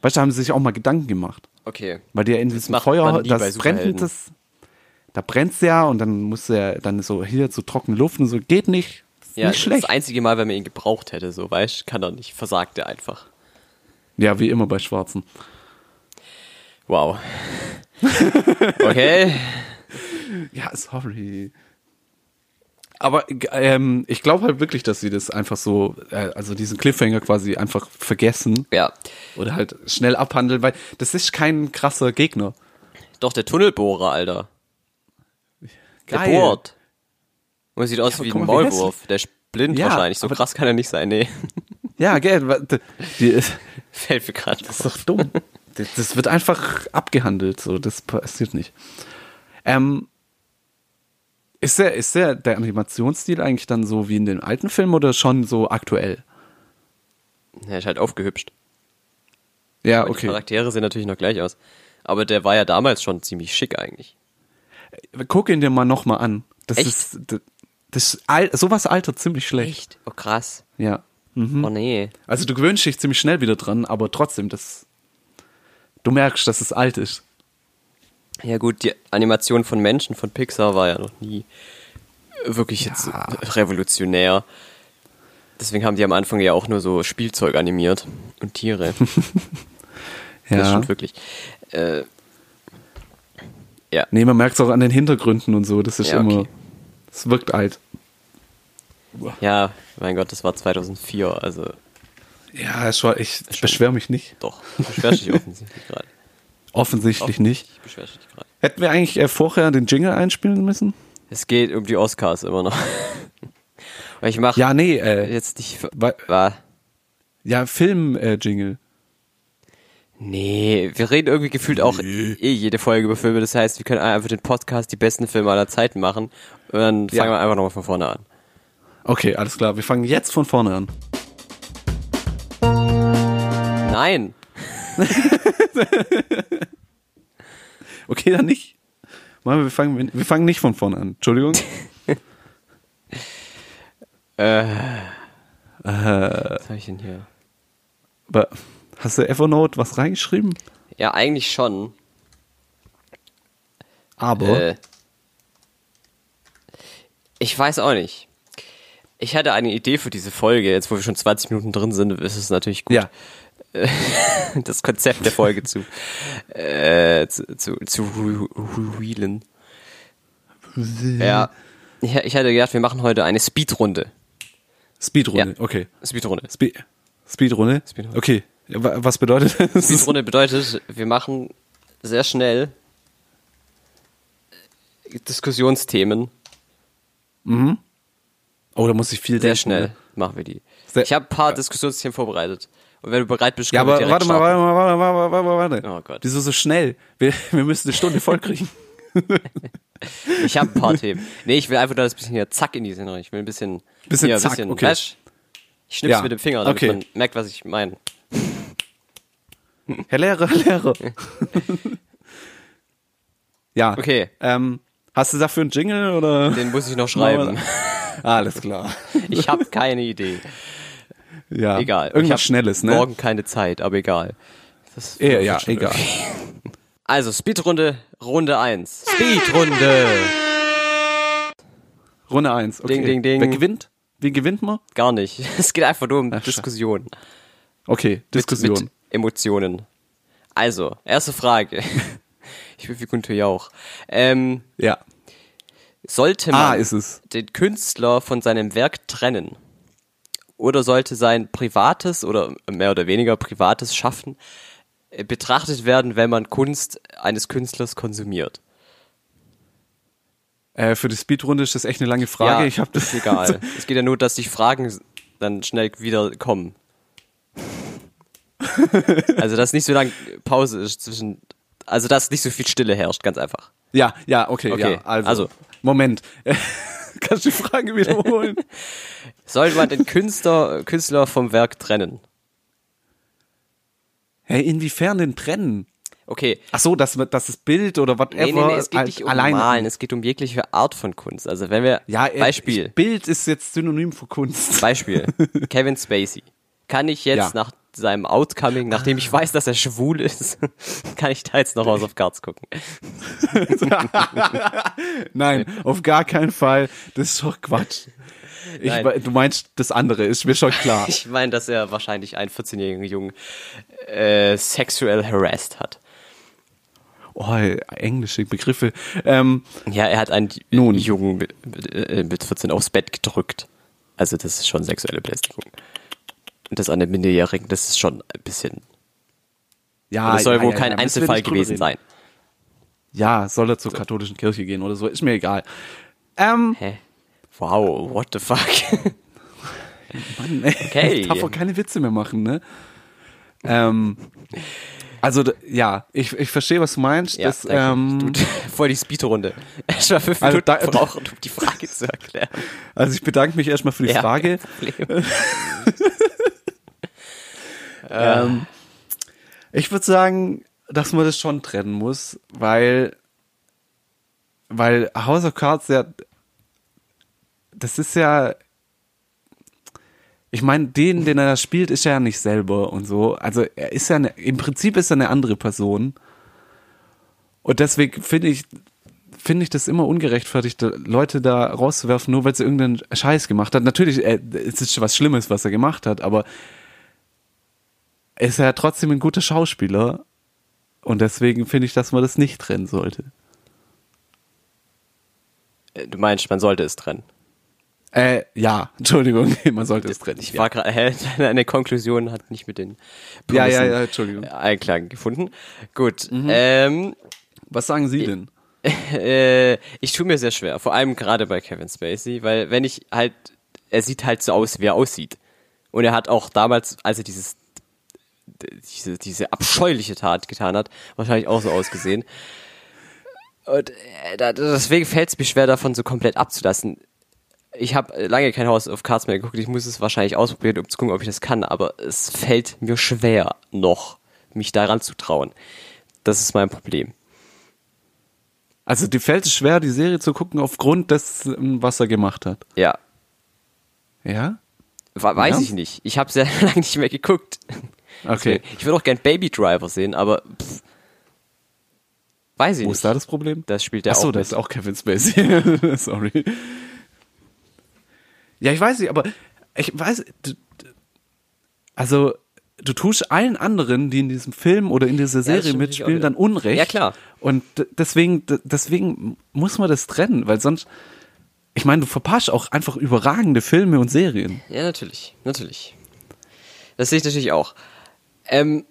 Speaker 2: Weißt du, da haben sie sich auch mal Gedanken gemacht.
Speaker 1: Okay.
Speaker 2: Weil die ja in diesem
Speaker 1: macht
Speaker 2: Feuer,
Speaker 1: man nie bei
Speaker 2: das brennt
Speaker 1: Superhelden.
Speaker 2: das, da brennt's ja und dann muss er dann so hier so trockene Luft und so, geht nicht. Ist
Speaker 1: Ja,
Speaker 2: nicht
Speaker 1: das, ist
Speaker 2: schlecht.
Speaker 1: das einzige Mal, wenn man ihn gebraucht hätte, so weißt kann er nicht. Versagt er einfach.
Speaker 2: Ja, wie immer bei Schwarzen.
Speaker 1: Wow. okay.
Speaker 2: Ja, sorry. Aber ähm, ich glaube halt wirklich, dass sie das einfach so, äh, also diesen Cliffhanger quasi einfach vergessen
Speaker 1: Ja.
Speaker 2: oder halt schnell abhandeln, weil das ist kein krasser Gegner.
Speaker 1: Doch, der Tunnelbohrer, Alter.
Speaker 2: Geil.
Speaker 1: Der bohrt. Und sieht aus
Speaker 2: aber
Speaker 1: wie
Speaker 2: guck
Speaker 1: ein
Speaker 2: mal, wie
Speaker 1: Maulwurf. Der ist blind
Speaker 2: Ja,
Speaker 1: wahrscheinlich. So
Speaker 2: aber-
Speaker 1: krass kann er nicht sein, nee.
Speaker 2: Ja, gell, wa- d- die, das
Speaker 1: Fällt mir gerade.
Speaker 2: ist doch dumm. das, das wird einfach abgehandelt, so, das passiert nicht. Ähm, ist der, ist der, der Animationsstil eigentlich dann so wie in den alten Filmen oder schon so aktuell?
Speaker 1: Er ist halt aufgehübscht.
Speaker 2: Ja,
Speaker 1: Aber Die
Speaker 2: okay.
Speaker 1: Charaktere sehen natürlich noch gleich aus. Aber der war ja damals schon ziemlich schick eigentlich.
Speaker 2: Guck ihn dir mal nochmal an. Das
Speaker 1: Echt?
Speaker 2: ist, das, das, al- sowas altert ziemlich schlecht.
Speaker 1: Echt? Oh krass.
Speaker 2: Ja.
Speaker 1: Oh nee.
Speaker 2: Also du gewöhnst dich ziemlich schnell wieder dran, aber trotzdem, das, du merkst, dass es alt ist.
Speaker 1: Ja gut, die Animation von Menschen von Pixar war ja noch nie wirklich jetzt revolutionär. Deswegen haben die am Anfang ja auch nur so Spielzeug animiert und Tiere. Das stimmt wirklich. Äh, ja.
Speaker 2: Nee, man merkt es auch an den Hintergründen und so. Das ist
Speaker 1: Ja, okay.
Speaker 2: immer. Es wirkt alt.
Speaker 1: ja, mein Gott, das war 2004, also
Speaker 2: Ja, es war, ich, ich beschwere mich nicht.
Speaker 1: doch. Du beschwerst dich offensichtlich gerade.
Speaker 2: Offensichtlich
Speaker 1: Oh.
Speaker 2: nicht.
Speaker 1: Ich beschwer dich gerade.
Speaker 2: Hätten wir eigentlich äh, vorher den Jingle einspielen müssen?
Speaker 1: Es geht um die Oscars immer noch. Und ich mache
Speaker 2: Ja, nee, äh,
Speaker 1: jetzt nicht...
Speaker 2: wa-
Speaker 1: War,
Speaker 2: ja, äh, Film-Jingle.
Speaker 1: Nee, wir reden irgendwie gefühlt auch eh jede Folge über Filme. Das heißt, wir können einfach den Podcast die besten Filme aller Zeiten machen. Und dann fangen
Speaker 2: Ja.
Speaker 1: wir einfach nochmal von vorne an.
Speaker 2: okay, alles klar. Wir fangen jetzt von vorne an.
Speaker 1: Nein!
Speaker 2: Okay, dann nicht. Machen wir, wir, fangen, wir fangen nicht von vorne an. Entschuldigung. Äh.
Speaker 1: Was habe ich denn hier?
Speaker 2: Aber hast du Evernote was reingeschrieben?
Speaker 1: Ja, eigentlich schon.
Speaker 2: Aber.
Speaker 1: Äh, ich weiß auch nicht. Ich hatte eine Idee für diese Folge. Jetzt, wo wir schon 20 Minuten drin sind, ist es natürlich gut,
Speaker 2: ja.
Speaker 1: das Konzept der Folge zu, äh, zu, zu, zu re- re- revealen. Ja. Ich, ich hatte gedacht, wir machen heute eine Speedrunde.
Speaker 2: Speedrunde,
Speaker 1: Ja.
Speaker 2: okay.
Speaker 1: Speedrunde.
Speaker 2: Spe Speedrunde?
Speaker 1: Speedrunde.
Speaker 2: Okay. Ja, wa- Was bedeutet das?
Speaker 1: Speedrunde bedeutet, wir machen sehr schnell Diskussionsthemen.
Speaker 2: Oh, da muss ich
Speaker 1: Sehr
Speaker 2: viel denken,
Speaker 1: schnell
Speaker 2: ne?
Speaker 1: machen wir die.
Speaker 2: Sehr-
Speaker 1: ich habe ein paar Diskussionsthemen vorbereitet. Und wenn du bereit bist,
Speaker 2: Ja,
Speaker 1: können wir
Speaker 2: aber
Speaker 1: direkt
Speaker 2: warte mal,
Speaker 1: starten.
Speaker 2: warte mal, warte mal, warte mal, warte mal.
Speaker 1: Oh Gott.
Speaker 2: Wieso so schnell? Wir, wir müssen eine Stunde voll kriegen.
Speaker 1: Ich habe ein paar Themen. Nee, ich will einfach nur das bisschen hier zack in die Sendung. Ich will ein bisschen.
Speaker 2: Bisschen
Speaker 1: hier, ein
Speaker 2: zack, okay.
Speaker 1: weißt, du, ich schnipp's
Speaker 2: Ja,
Speaker 1: mit dem Finger, damit
Speaker 2: okay.
Speaker 1: man merkt, was ich meine.
Speaker 2: Herr Lehrer, Herr Lehrer. ja.
Speaker 1: Okay.
Speaker 2: Ähm, hast du dafür einen Jingle oder?
Speaker 1: Den muss ich noch schreiben.
Speaker 2: Alles klar.
Speaker 1: Ich habe keine Idee.
Speaker 2: Ja.
Speaker 1: Egal. Ich hab
Speaker 2: Irgendwas Schnelles, ne?
Speaker 1: Morgen keine Zeit, aber egal. Das
Speaker 2: Ja, ja,
Speaker 1: wird schon
Speaker 2: egal.
Speaker 1: Also, Speedrunde, Runde 1. Speedrunde!
Speaker 2: Runde 1. Okay.
Speaker 1: Ding, ding, ding.
Speaker 2: Wer gewinnt? Wie gewinnt man?
Speaker 1: Gar nicht. Es geht einfach nur um
Speaker 2: schade.
Speaker 1: Diskussion.
Speaker 2: Okay, Diskussion.
Speaker 1: Mit Emotionen. Also, erste Frage. Ich bin wie Gunther Jauch. Ähm,
Speaker 2: Ja.
Speaker 1: sollte man
Speaker 2: Ah, ist es.
Speaker 1: den Künstler von seinem Werk trennen? Oder sollte sein privates oder mehr oder weniger privates Schaffen äh, betrachtet werden, wenn man Kunst eines Künstlers konsumiert?
Speaker 2: Äh, für die Speedrunde ist das echt eine lange Frage.
Speaker 1: ja,
Speaker 2: ich habe das
Speaker 1: ist egal. es geht ja nur, dass die Fragen dann schnell wieder kommen. also, dass nicht so lange Pause ist zwischen. Also, dass nicht so viel Stille herrscht, ganz einfach.
Speaker 2: Ja, ja, okay,
Speaker 1: Okay,
Speaker 2: ja. Also,
Speaker 1: also.
Speaker 2: Moment. Kannst du die Frage wiederholen?
Speaker 1: Soll man den Künstler, Künstler vom Werk trennen?
Speaker 2: hey, inwiefern denn trennen?
Speaker 1: Okay.
Speaker 2: Ach so, dass das, das Bild oder whatever
Speaker 1: Nee, nee, nee, es geht
Speaker 2: al-
Speaker 1: nicht um
Speaker 2: alleine.
Speaker 1: Malen, es geht um jegliche Art von Kunst. Also, wenn wir.
Speaker 2: Ja, äh,
Speaker 1: Beispiel.
Speaker 2: Ich, Bild ist jetzt Synonym für Kunst.
Speaker 1: Beispiel. Kevin Spacey. Kann ich jetzt
Speaker 2: Ja.
Speaker 1: nach seinem Outcoming, nachdem ich weiß, dass er schwul ist, kann ich da jetzt noch House of Cards gucken?
Speaker 2: Nein, auf gar keinen Fall. Das ist doch Quatsch. Ich,
Speaker 1: Nein.
Speaker 2: we- du meinst das andere, ist mir schon klar.
Speaker 1: Ich meine, dass er wahrscheinlich einen 14-jährigen Jungen äh, sexuell harassed hat.
Speaker 2: oh, englische Begriffe. Ähm,
Speaker 1: Ja, er hat einen
Speaker 2: Nun.
Speaker 1: Jungen mit, mit, äh, mit 14 aufs Bett gedrückt. Also das ist schon sexuelle Belästigung. Und das an den Minderjährigen, das ist schon ein bisschen.
Speaker 2: ja,
Speaker 1: Aber das soll
Speaker 2: ja,
Speaker 1: wohl
Speaker 2: ja,
Speaker 1: kein
Speaker 2: ja, müssen wir
Speaker 1: Einzelfall
Speaker 2: nicht drüber
Speaker 1: gewesen
Speaker 2: reden.
Speaker 1: sein.
Speaker 2: Ja, soll er zur katholischen Kirche gehen oder so, ist mir egal. Ähm,
Speaker 1: Hä? Wow, what the fuck?
Speaker 2: Mann, ey,
Speaker 1: Okay.
Speaker 2: ich darf auch keine Witze mehr machen, ne? Ähm, also, d- ja, ich, ich verstehe, was du meinst.
Speaker 1: Ja,
Speaker 2: das,
Speaker 1: danke.
Speaker 2: ähm,
Speaker 1: Du- Voll die Speedrunde. Erst mal fünf
Speaker 2: Also
Speaker 1: Minuten
Speaker 2: da-
Speaker 1: brauchen, um die Frage zu erklären.
Speaker 2: also, ich bedanke mich erstmal für die
Speaker 1: Ja,
Speaker 2: Frage.
Speaker 1: kein Problem.
Speaker 2: Ähm, ich würde sagen, dass man das schon trennen muss, weil, weil House of Cards ja, das ist ja, ich meine, den, den er da spielt, ist er ja nicht selber und so. Also er ist ja, eine, im Prinzip ist er eine andere Person. Und deswegen finde ich, finde ich das immer ungerechtfertigt, da- Leute da rauszuwerfen, nur weil sie irgendeinen Scheiß gemacht hat. Natürlich, äh, es ist schon was Schlimmes, was er gemacht hat, aber ist er ja trotzdem ein guter Schauspieler. Und deswegen finde ich, dass man das nicht trennen sollte.
Speaker 1: Äh, Du meinst, man sollte es trennen.
Speaker 2: Äh, ja, Entschuldigung, man sollte es trennen.
Speaker 1: Ich
Speaker 2: ja.
Speaker 1: war gerade, hä, deine Konklusion hat nicht mit den
Speaker 2: Ja, ja,
Speaker 1: Promissen
Speaker 2: ja, Entschuldigung. Mhm.
Speaker 1: Einklang gefunden. Gut, ähm,
Speaker 2: Was sagen Sie denn?
Speaker 1: äh, ich tue mir sehr schwer, vor allem gerade bei Kevin Spacey, weil wenn ich halt, er sieht halt so aus, wie er aussieht. Und er hat auch damals, als er dieses, diese, diese abscheuliche Tat getan hat, wahrscheinlich auch so ausgesehen. Und äh, da- deswegen fällt es mir schwer, davon so komplett abzulassen. Ich habe lange kein House of Cards mehr geguckt. Ich muss es wahrscheinlich ausprobieren, um zu gucken, ob ich das kann. Aber es fällt mir schwer, noch mich daran zu trauen. Das ist mein Problem.
Speaker 2: Also, dir fällt es schwer, die Serie zu gucken, aufgrund dessen, was er gemacht hat.
Speaker 1: Ja,
Speaker 2: Ja?
Speaker 1: Wa- Weiß
Speaker 2: Ja?
Speaker 1: ich nicht. Ich habe sehr lange nicht mehr geguckt.
Speaker 2: Okay.
Speaker 1: Ich würde auch gern Baby Driver sehen, aber pff, weiß ich
Speaker 2: Wo
Speaker 1: nicht.
Speaker 2: ist da das Problem?
Speaker 1: Das spielt er
Speaker 2: Ach so,
Speaker 1: auch
Speaker 2: das ist auch Kevin Spacey. Sorry. Ja, ich weiß nicht, aber ich weiß. du- du- Also, du tust allen anderen, die in diesem Film oder in dieser Serie
Speaker 1: stimmt natürlich auch wieder.
Speaker 2: mitspielen, dann Unrecht.
Speaker 1: Ja, klar.
Speaker 2: Und d- deswegen, d- deswegen muss man das trennen, weil sonst. Ich meine, du verpasst auch einfach überragende Filme und Serien.
Speaker 1: Ja, natürlich, natürlich. Das sehe ich natürlich auch. Ähm,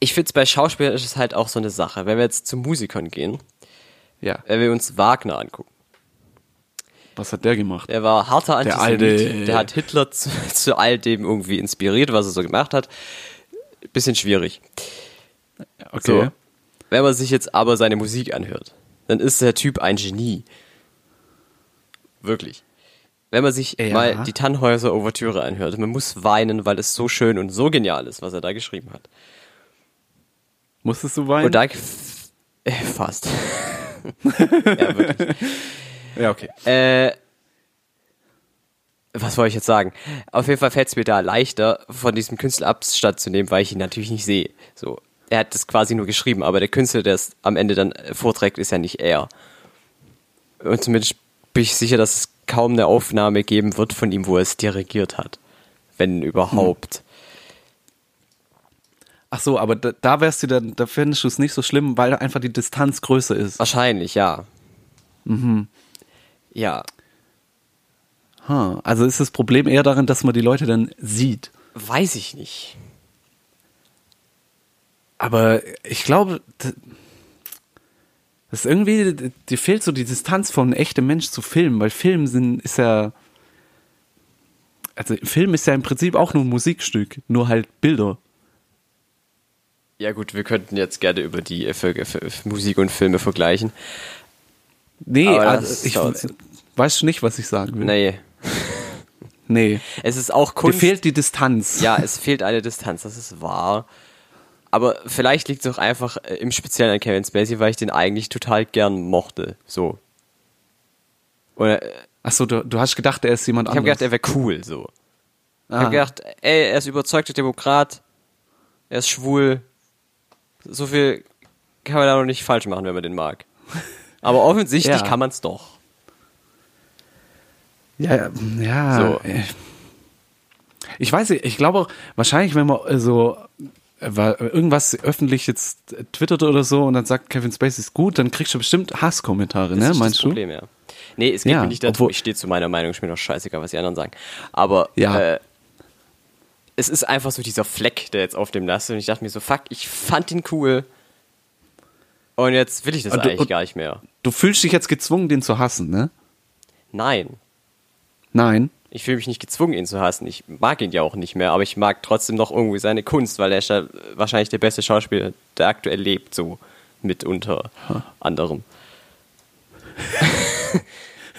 Speaker 1: ich finde es bei Schauspielern ist es halt auch so eine Sache. Wenn wir jetzt zu Musikern gehen,
Speaker 2: Ja.
Speaker 1: wenn wir uns Wagner angucken.
Speaker 2: Was hat der gemacht?
Speaker 1: Der war harter
Speaker 2: Der
Speaker 1: Antisemit.
Speaker 2: alte- äh,
Speaker 1: Der hat Hitler zu, zu all dem irgendwie inspiriert, was er so gemacht hat. Bisschen schwierig. So.
Speaker 2: Okay.
Speaker 1: Wenn man sich jetzt aber seine Musik anhört, dann ist der Typ ein Genie. Wirklich. Wenn man sich
Speaker 2: Ja.
Speaker 1: mal die Tannhäuser Ouvertüre anhört, man muss weinen, weil es so schön und so genial ist, was er da geschrieben hat.
Speaker 2: Musstest du weinen?
Speaker 1: Und da gef- äh, fast. ja, wirklich.
Speaker 2: ja, okay.
Speaker 1: Äh, was wollte ich jetzt sagen? Auf jeden Fall fällt es mir da leichter, von diesem Künstler Abstand zu nehmen, weil ich ihn natürlich nicht sehe. So, er hat das quasi nur geschrieben, aber der Künstler, der es am Ende dann äh, vorträgt, ist ja nicht er. Und zumindest bin ich sicher, dass es kaum eine Aufnahme geben wird von ihm, wo er es dirigiert hat. Wenn überhaupt.
Speaker 2: Ach so, aber da, da wärst du dann, da fändest du es nicht so schlimm, weil einfach die Distanz größer ist.
Speaker 1: Wahrscheinlich, ja. Ja,
Speaker 2: Ha, also ist das Problem eher darin, dass man die Leute dann sieht.
Speaker 1: weiß ich nicht.
Speaker 2: Aber ich glaube, d- das ist irgendwie, d- dir fehlt so die Distanz von echtem Mensch zu Film, weil Film sind, ist ja, also Film ist ja im Prinzip auch nur ein Musikstück, nur halt Bilder.
Speaker 1: Ja gut, wir könnten jetzt gerne über die äh, Ver- Ver- Musik und Filme vergleichen.
Speaker 2: Nee,
Speaker 1: Aber das
Speaker 2: also ich
Speaker 1: dauert so.
Speaker 2: weißt du nicht, was ich sagen will.
Speaker 1: Nee,
Speaker 2: Nee.
Speaker 1: es ist auch
Speaker 2: Dir
Speaker 1: Kunst.
Speaker 2: fehlt die Distanz.
Speaker 1: ja, es fehlt eine Distanz, das ist wahr. Aber vielleicht liegt es auch einfach äh, im Speziellen an Kevin Spacey, weil ich den eigentlich total gern mochte. So. Oder äh,
Speaker 2: Achso, du, du hast gedacht, er ist jemand
Speaker 1: ich habe
Speaker 2: anderes.
Speaker 1: gedacht, er wäre cool. So. Ich
Speaker 2: Ah.
Speaker 1: habe gedacht, ey, er ist überzeugter Demokrat, er ist schwul. So viel kann man da noch nicht falsch machen, wenn man den mag. Aber offensichtlich
Speaker 2: Ja.
Speaker 1: kann man es doch.
Speaker 2: Ja, ja.
Speaker 1: So.
Speaker 2: Ich weiß nicht, ich glaube auch, wahrscheinlich, wenn man äh, so war irgendwas öffentlich jetzt twitterte oder so und dann sagt Kevin Spacey ist gut, dann kriegst du bestimmt Hasskommentare, ne?
Speaker 1: Das ist
Speaker 2: meinst
Speaker 1: das
Speaker 2: du?
Speaker 1: Problem, ja. Nee, es geht
Speaker 2: Ja,
Speaker 1: mir nicht darum,
Speaker 2: obwohl-
Speaker 1: ich stehe zu meiner Meinung, ist mir doch scheißegal, was die anderen sagen. Aber
Speaker 2: Ja.
Speaker 1: äh, es ist einfach so dieser Fleck, der jetzt auf dem lastet. Und ich dachte mir so, fuck, ich fand ihn cool. Und jetzt will ich das
Speaker 2: Und du-
Speaker 1: eigentlich
Speaker 2: und-
Speaker 1: gar nicht mehr.
Speaker 2: Du fühlst dich jetzt gezwungen, den zu hassen, ne?
Speaker 1: Nein.
Speaker 2: Nein.
Speaker 1: Ich fühle mich nicht gezwungen, ihn zu hassen. Ich mag ihn ja auch nicht mehr, aber ich mag trotzdem noch irgendwie seine Kunst, weil er ist ja wahrscheinlich der beste Schauspieler, der aktuell lebt, so mitunter anderem.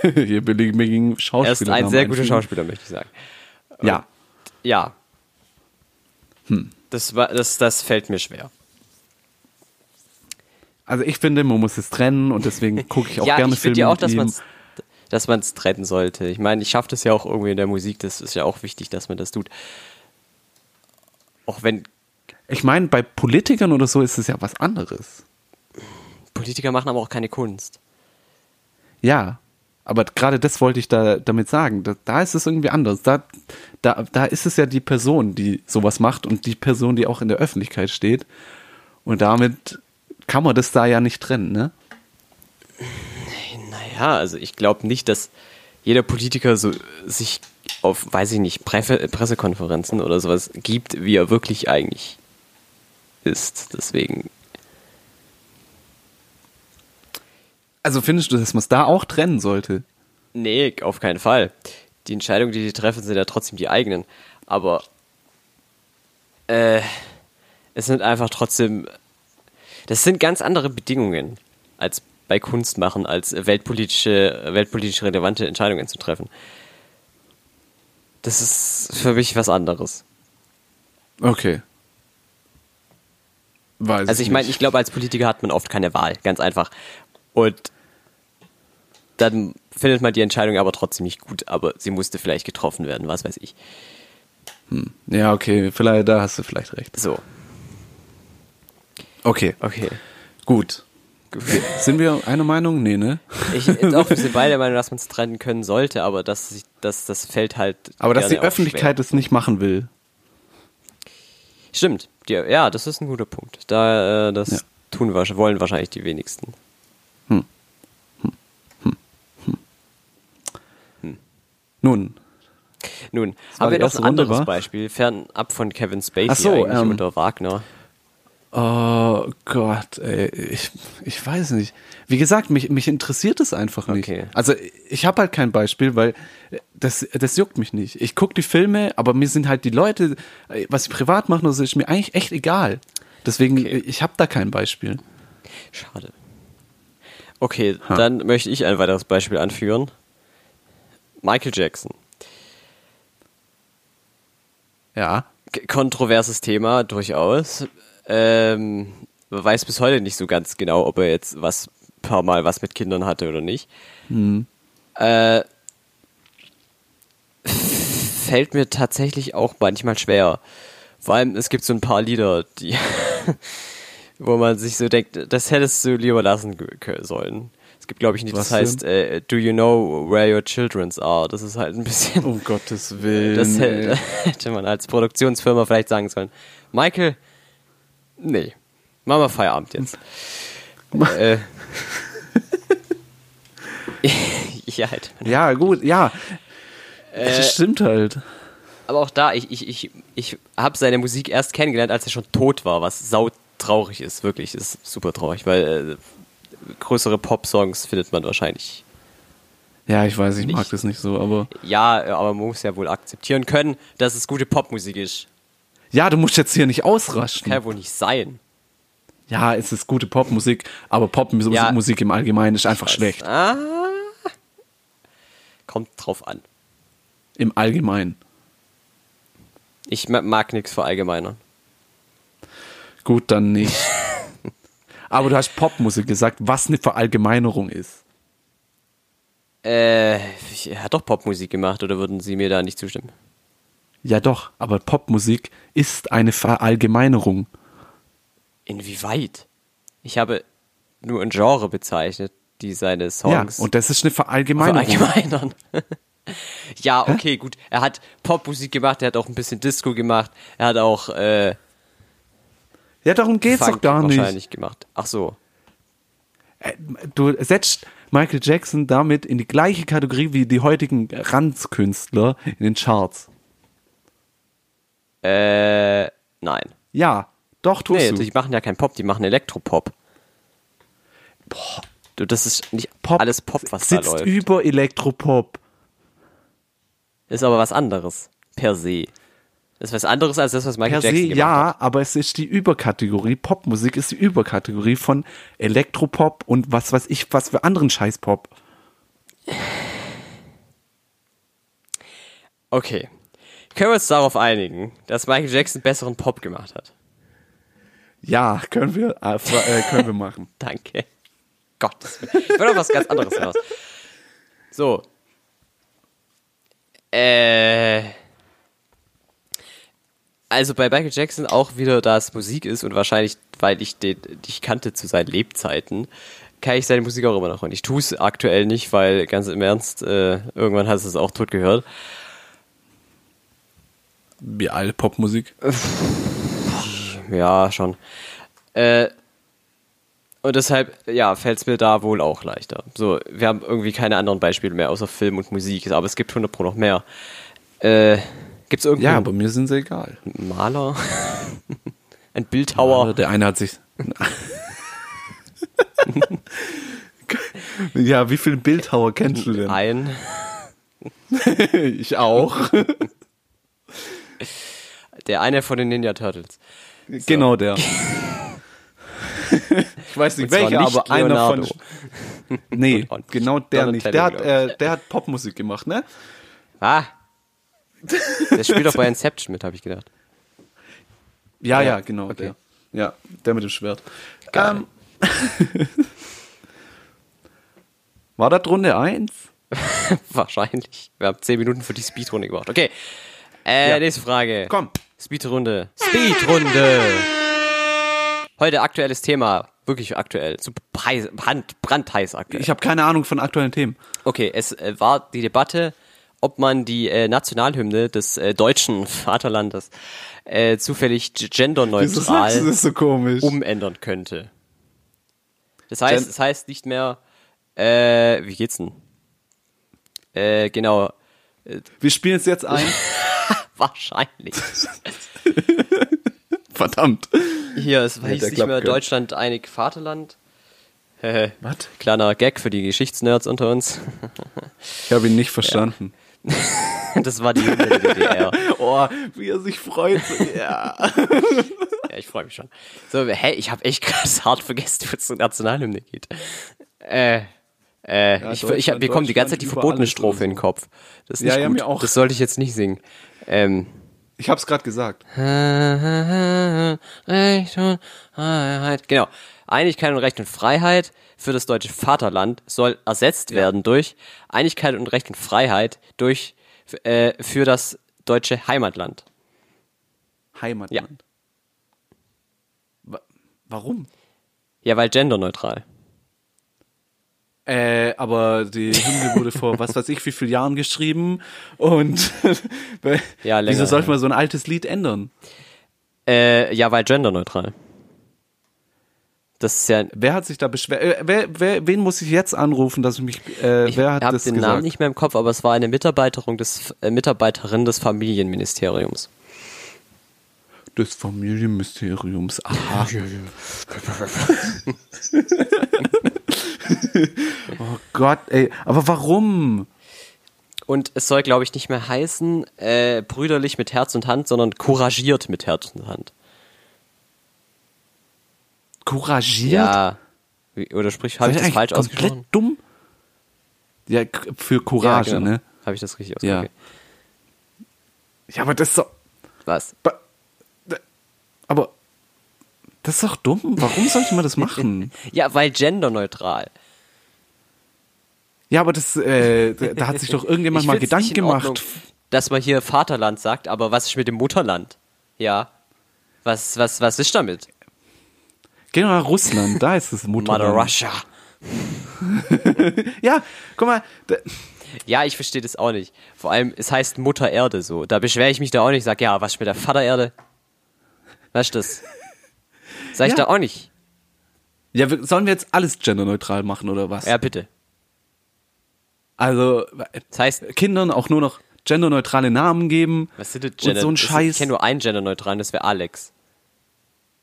Speaker 2: Hier billig mir gegen Schauspieler.
Speaker 1: Er ist ein sehr guter Schauspieler, möchte ich sagen.
Speaker 2: Ja.
Speaker 1: Ja.
Speaker 2: Hm.
Speaker 1: Das, war, das, das fällt mir schwer.
Speaker 2: Also ich finde, man muss es trennen und deswegen gucke ich auch
Speaker 1: ja,
Speaker 2: gerne
Speaker 1: ich
Speaker 2: Filme
Speaker 1: finde ja auch,
Speaker 2: mit
Speaker 1: dass
Speaker 2: ihm.
Speaker 1: man es dass man's trennen sollte. Ich meine, ich schaffe das ja auch irgendwie in der Musik. Das ist ja auch wichtig, dass man das tut. Auch wenn
Speaker 2: Ich meine, bei Politikern oder so ist es ja was anderes.
Speaker 1: Politiker machen aber auch keine Kunst.
Speaker 2: Ja. Aber gerade das wollte ich da damit sagen. Da, da ist es irgendwie anders. Da, da, da ist es ja die Person, die sowas macht und die Person, die auch in der Öffentlichkeit steht. Und damit kann man das da ja nicht trennen, ne?
Speaker 1: Naja, also ich glaube nicht, dass jeder Politiker so sich auf, weiß ich nicht, Presse, Pressekonferenzen oder sowas gibt, wie er wirklich eigentlich ist. Deswegen,
Speaker 2: Also findest du, dass man es da auch trennen sollte?
Speaker 1: nee, auf keinen Fall. Die Entscheidungen, die die treffen, sind ja trotzdem die eigenen. Aber äh, es sind einfach trotzdem, das sind ganz andere Bedingungen als bei Kunst machen, als weltpolitische, weltpolitisch relevante Entscheidungen zu treffen. Das ist für mich was anderes.
Speaker 2: Okay. Weiß
Speaker 1: Also ich meine,
Speaker 2: nicht.
Speaker 1: ich glaube, als Politiker hat man oft keine Wahl, ganz einfach. Und dann findet man die Entscheidung aber trotzdem nicht gut, aber sie musste vielleicht getroffen werden, was weiß ich.
Speaker 2: Ja, okay, vielleicht, da hast du vielleicht recht.
Speaker 1: So,
Speaker 2: Okay,
Speaker 1: okay.
Speaker 2: gut. Sind wir einer Meinung? Nee, ne?
Speaker 1: Ich bin auch wir sind beide der Meinung, dass man es trennen können sollte, aber dass sich- dass das fällt halt.
Speaker 2: Aber dass
Speaker 1: gerne
Speaker 2: die
Speaker 1: auch
Speaker 2: Öffentlichkeit es nicht machen will.
Speaker 1: Schwer. Stimmt. Die, ja, das ist ein guter Punkt. Da äh, das
Speaker 2: Ja.
Speaker 1: tun wir, wollen wahrscheinlich die wenigsten.
Speaker 2: Nun,
Speaker 1: Nun,
Speaker 2: war
Speaker 1: haben wir
Speaker 2: die
Speaker 1: noch
Speaker 2: erste
Speaker 1: ein
Speaker 2: Runde,
Speaker 1: anderes
Speaker 2: wa?
Speaker 1: Beispiel, fernab von Kevin Spacey
Speaker 2: Ach so,
Speaker 1: eigentlich
Speaker 2: ähm,
Speaker 1: unter Wagner.
Speaker 2: oh Gott, ey, ich, ich weiß nicht. Wie gesagt, mich, mich interessiert es einfach nicht.
Speaker 1: Okay.
Speaker 2: Also ich habe halt kein Beispiel, weil das, das juckt mich nicht. Ich gucke die Filme, aber mir sind halt die Leute, was sie privat machen, also ist mir eigentlich echt egal. Deswegen, ich habe da kein Beispiel.
Speaker 1: Schade. Okay, dann möchte ich ein weiteres Beispiel anführen. Michael Jackson.
Speaker 2: Ja.
Speaker 1: K kontroverses Thema durchaus. Ähm, man weiß bis heute nicht so ganz genau, ob er jetzt was paar Mal was mit Kindern hatte oder nicht. Äh, fällt mir tatsächlich auch manchmal schwer. Vor allem, es gibt so ein paar Lieder, die, wo man sich so denkt, das hättest du lieber lassen ge- kö- sollen. Es gibt, glaube ich, nicht,
Speaker 2: Was
Speaker 1: das heißt, äh, Do You Know Where Your Childrens Are? Das ist halt ein bisschen.
Speaker 2: Um Gottes Willen.
Speaker 1: Das
Speaker 2: ey.
Speaker 1: hätte, hätte man als Produktionsfirma vielleicht sagen sollen. Michael, nee, machen wir Feierabend jetzt. äh, ja, halt.
Speaker 2: Ja, gut, ja. das stimmt halt.
Speaker 1: Aber auch da, ich, ich, ich, ich habe seine Musik erst kennengelernt, als er schon tot war, was sau traurig ist, wirklich, ist super traurig, weil äh, größere Pop-Songs findet man wahrscheinlich.
Speaker 2: Ja, ich weiß, ich mag
Speaker 1: Ich-
Speaker 2: das nicht so, aber.
Speaker 1: Ja, äh, aber man muss ja wohl akzeptieren können, dass es gute Popmusik ist.
Speaker 2: Ja, du musst jetzt hier nicht ausraschen.
Speaker 1: Kann ja wohl nicht sein.
Speaker 2: Ja, es ist gute Popmusik, aber Popmusik
Speaker 1: Ja.
Speaker 2: Musik im Allgemeinen ist einfach schlecht.
Speaker 1: Ah. Kommt drauf an.
Speaker 2: Im Allgemeinen.
Speaker 1: Ich ma- mag nichts verallgemeinern.
Speaker 2: Gut, dann nicht. aber du hast Popmusik gesagt, was eine Verallgemeinerung ist.
Speaker 1: Äh, er hat doch Popmusik gemacht, oder würden Sie mir da nicht zustimmen?
Speaker 2: Ja, doch, aber Popmusik ist eine Verallgemeinerung.
Speaker 1: Inwieweit? Ich habe nur ein Genre bezeichnet, die seine Songs Also
Speaker 2: Ja, und das ist eine Verallgemeinerung.
Speaker 1: verallgemeinern. ja, okay, gut. Er hat Popmusik gemacht, er hat auch ein bisschen Disco gemacht, er hat auch äh,
Speaker 2: Ja, darum geht's
Speaker 1: Funk
Speaker 2: doch gar nicht.
Speaker 1: wahrscheinlich gemacht. Ach so.
Speaker 2: Äh, Du setzt Michael Jackson damit in die gleiche Kategorie wie die heutigen Ranzkünstler in den Charts.
Speaker 1: Äh, nein.
Speaker 2: Ja, doch tust
Speaker 1: Nee,
Speaker 2: du.
Speaker 1: die machen ja keinen Pop, die machen Elektropop.
Speaker 2: Boah,
Speaker 1: Du, das ist nicht
Speaker 2: Pop
Speaker 1: alles Pop, was da
Speaker 2: sitzt
Speaker 1: läuft.
Speaker 2: über Elektropop.
Speaker 1: Ist aber was anderes. Per se. Ist was anderes als das, was Michael
Speaker 2: Per se
Speaker 1: Jackson gemacht hat.
Speaker 2: ja, aber es ist die Überkategorie. Popmusik ist die Überkategorie von Elektropop und was weiß ich, was für anderen Scheißpop.
Speaker 1: Okay. Können wir uns darauf einigen, dass Michael Jackson besseren Pop gemacht hat?
Speaker 2: Ja, können wir, äh, fra- äh, können wir machen.
Speaker 1: Danke. Gott. Ich will auf was ganz anderes hinaus. So. Äh. Also bei Michael Jackson auch wieder, da es Musik ist und wahrscheinlich, weil ich den, dich kannte zu seinen Lebzeiten, kann ich seine Musik auch immer noch hören. Ich tue es aktuell nicht, weil ganz im Ernst, äh, irgendwann hast du es auch tot gehört.
Speaker 2: Wie alle Popmusik.
Speaker 1: Ja, schon. Äh, und deshalb, ja, fällt es mir da wohl auch leichter. So, wir haben irgendwie keine anderen Beispiele mehr, außer Film und Musik, aber es gibt 100 Pro noch mehr. Äh, gibt es
Speaker 2: Ja,
Speaker 1: irgendeinen
Speaker 2: aber mir sind sie egal. Also
Speaker 1: Maler? Ein Bildhauer?
Speaker 2: Der eine hat sich. ja, wie viele Bildhauer kennst du denn?
Speaker 1: Ein?
Speaker 2: Ich auch.
Speaker 1: Der eine von den Ninja Turtles.
Speaker 2: Genau der. Ich weiß nicht
Speaker 1: Und zwar
Speaker 2: welcher,
Speaker 1: nicht
Speaker 2: aber einer von.
Speaker 1: Leonardo.
Speaker 2: Nee,
Speaker 1: Und auch nicht
Speaker 2: genau der nicht. Der hat,
Speaker 1: Donatello,
Speaker 2: äh, der hat Popmusik gemacht, ne?
Speaker 1: Ah! Der spielt doch bei Inception mit, habe ich gedacht.
Speaker 2: Ja,
Speaker 1: Ja,
Speaker 2: ja, genau.
Speaker 1: okay.
Speaker 2: Der. Ja, der mit dem Schwert.
Speaker 1: Geil.
Speaker 2: Ähm, war das Runde 1?
Speaker 1: Wahrscheinlich. Wir haben 10 Minuten für die Speedrunde gemacht. Okay. Äh,
Speaker 2: Ja.
Speaker 1: nächste Frage.
Speaker 2: Komm.
Speaker 1: Speedrunde. Speedrunde. Heute aktuelles Thema. Wirklich aktuell. So heiß, brand, brandheiß aktuell.
Speaker 2: Ich habe keine Ahnung von aktuellen Themen.
Speaker 1: Okay, es äh, war die Debatte, ob man die äh, Nationalhymne des äh, deutschen Vaterlandes äh, zufällig g-
Speaker 2: Wieso sagst du
Speaker 1: genderneutral
Speaker 2: das so komisch?
Speaker 1: umändern könnte. Das heißt, es heißt nicht mehr, äh, wie geht's denn? Äh, genau,
Speaker 2: Wir spielen es jetzt ein.
Speaker 1: wahrscheinlich.
Speaker 2: Verdammt.
Speaker 1: Hier, es hieß
Speaker 2: der
Speaker 1: nicht
Speaker 2: klappt,
Speaker 1: mehr
Speaker 2: gell?
Speaker 1: Deutschland einig Vaterland. Hehe.
Speaker 2: Was?
Speaker 1: Kleiner Gag für die Geschichtsnerds unter uns.
Speaker 2: Ich habe ihn nicht verstanden.
Speaker 1: Das war die Hymne der DDR.
Speaker 2: Oh, wie er sich freut. ja.
Speaker 1: Ja, ich freue mich schon. So, hä, ich habe echt krass hart vergessen, wo es zur Nationalhymne geht. Äh, äh, ich, ich,
Speaker 2: Deutschland,
Speaker 1: wir kommen die ganze Zeit die
Speaker 2: Deutschland über
Speaker 1: verbotene
Speaker 2: alles
Speaker 1: Strophe
Speaker 2: oder
Speaker 1: in den Kopf. Das ist
Speaker 2: Ja,
Speaker 1: nicht
Speaker 2: ja,
Speaker 1: gut.
Speaker 2: mir auch.
Speaker 1: Das sollte ich jetzt nicht singen. Ähm.
Speaker 2: Ich habe es gerade gesagt.
Speaker 1: Recht und Freiheit. Genau. Einigkeit und Recht und Freiheit für das deutsche Vaterland soll ersetzt werden durch Einigkeit und Recht und Freiheit durch f- äh, für das deutsche Heimatland.
Speaker 2: Heimatland. Wa- Warum?
Speaker 1: Ja, weil genderneutral.
Speaker 2: Äh, aber die Hymne wurde vor was weiß ich wie vielen Jahren geschrieben und weil-
Speaker 1: Ja, länger,
Speaker 2: wieso sollte
Speaker 1: ja.
Speaker 2: man so ein altes Lied ändern?
Speaker 1: Äh, ja, weil genderneutral. Das ist ja.
Speaker 2: Wer hat sich da beschwert? Äh, wer, wer, wen muss ich jetzt anrufen, dass ich mich? Äh,
Speaker 1: Ich
Speaker 2: wer hat
Speaker 1: habe
Speaker 2: das
Speaker 1: den
Speaker 2: gesagt?
Speaker 1: Namen nicht mehr im Kopf, aber es war eine Mitarbeiterin des, äh, Mitarbeiterin des Familienministeriums.
Speaker 2: Des Familienmysteriums. Aha. oh Gott, ey. Aber warum?
Speaker 1: Und es soll, glaube ich, nicht mehr heißen äh, brüderlich mit Herz und Hand, sondern couragiert mit Herz und Hand.
Speaker 2: Couragiert?
Speaker 1: Ja. Wie- Oder sprich, habe
Speaker 2: Seid
Speaker 1: ich
Speaker 2: ihr
Speaker 1: das falsch
Speaker 2: eigentlich komplett
Speaker 1: ausgesprochen?
Speaker 2: dumm? Ja, k- für Courage,
Speaker 1: ja, genau.
Speaker 2: ne?
Speaker 1: Habe ich das richtig
Speaker 2: Ja.
Speaker 1: ausgesprochen?
Speaker 2: Ja, aber das ist doch.
Speaker 1: Was?
Speaker 2: ba- da- Aber. Das ist doch dumm. Warum sollte man das machen?
Speaker 1: Ja, weil genderneutral.
Speaker 2: Ja, aber das, äh, da, da hat sich doch irgendjemand
Speaker 1: Ich
Speaker 2: mal
Speaker 1: find's
Speaker 2: Gedanken
Speaker 1: nicht in
Speaker 2: gemacht.
Speaker 1: Ordnung, dass man hier Vaterland sagt, aber was ist mit dem Mutterland? Ja. Was, was, was ist damit?
Speaker 2: Geh doch Genau, nach Russland, da ist das
Speaker 1: Mother
Speaker 2: Mutterland.
Speaker 1: Russia.
Speaker 2: Ja, guck mal, da,
Speaker 1: Ja, ich verstehe das auch nicht. Vor allem, es heißt Mutter Erde so. Da beschwere ich mich da auch nicht. Sag, ja, was ist mit der Vatererde? Was ist das? Sag ich
Speaker 2: Ja.
Speaker 1: da auch nicht.
Speaker 2: Ja, wir- sollen wir jetzt alles genderneutral machen oder was?
Speaker 1: Ja, bitte.
Speaker 2: Also
Speaker 1: Das heißt,
Speaker 2: Kindern auch nur noch genderneutrale Namen geben.
Speaker 1: was sind denn
Speaker 2: Und so ein
Speaker 1: das- Ich
Speaker 2: Scheiß.
Speaker 1: kenne nur einen genderneutralen, das wäre Alex.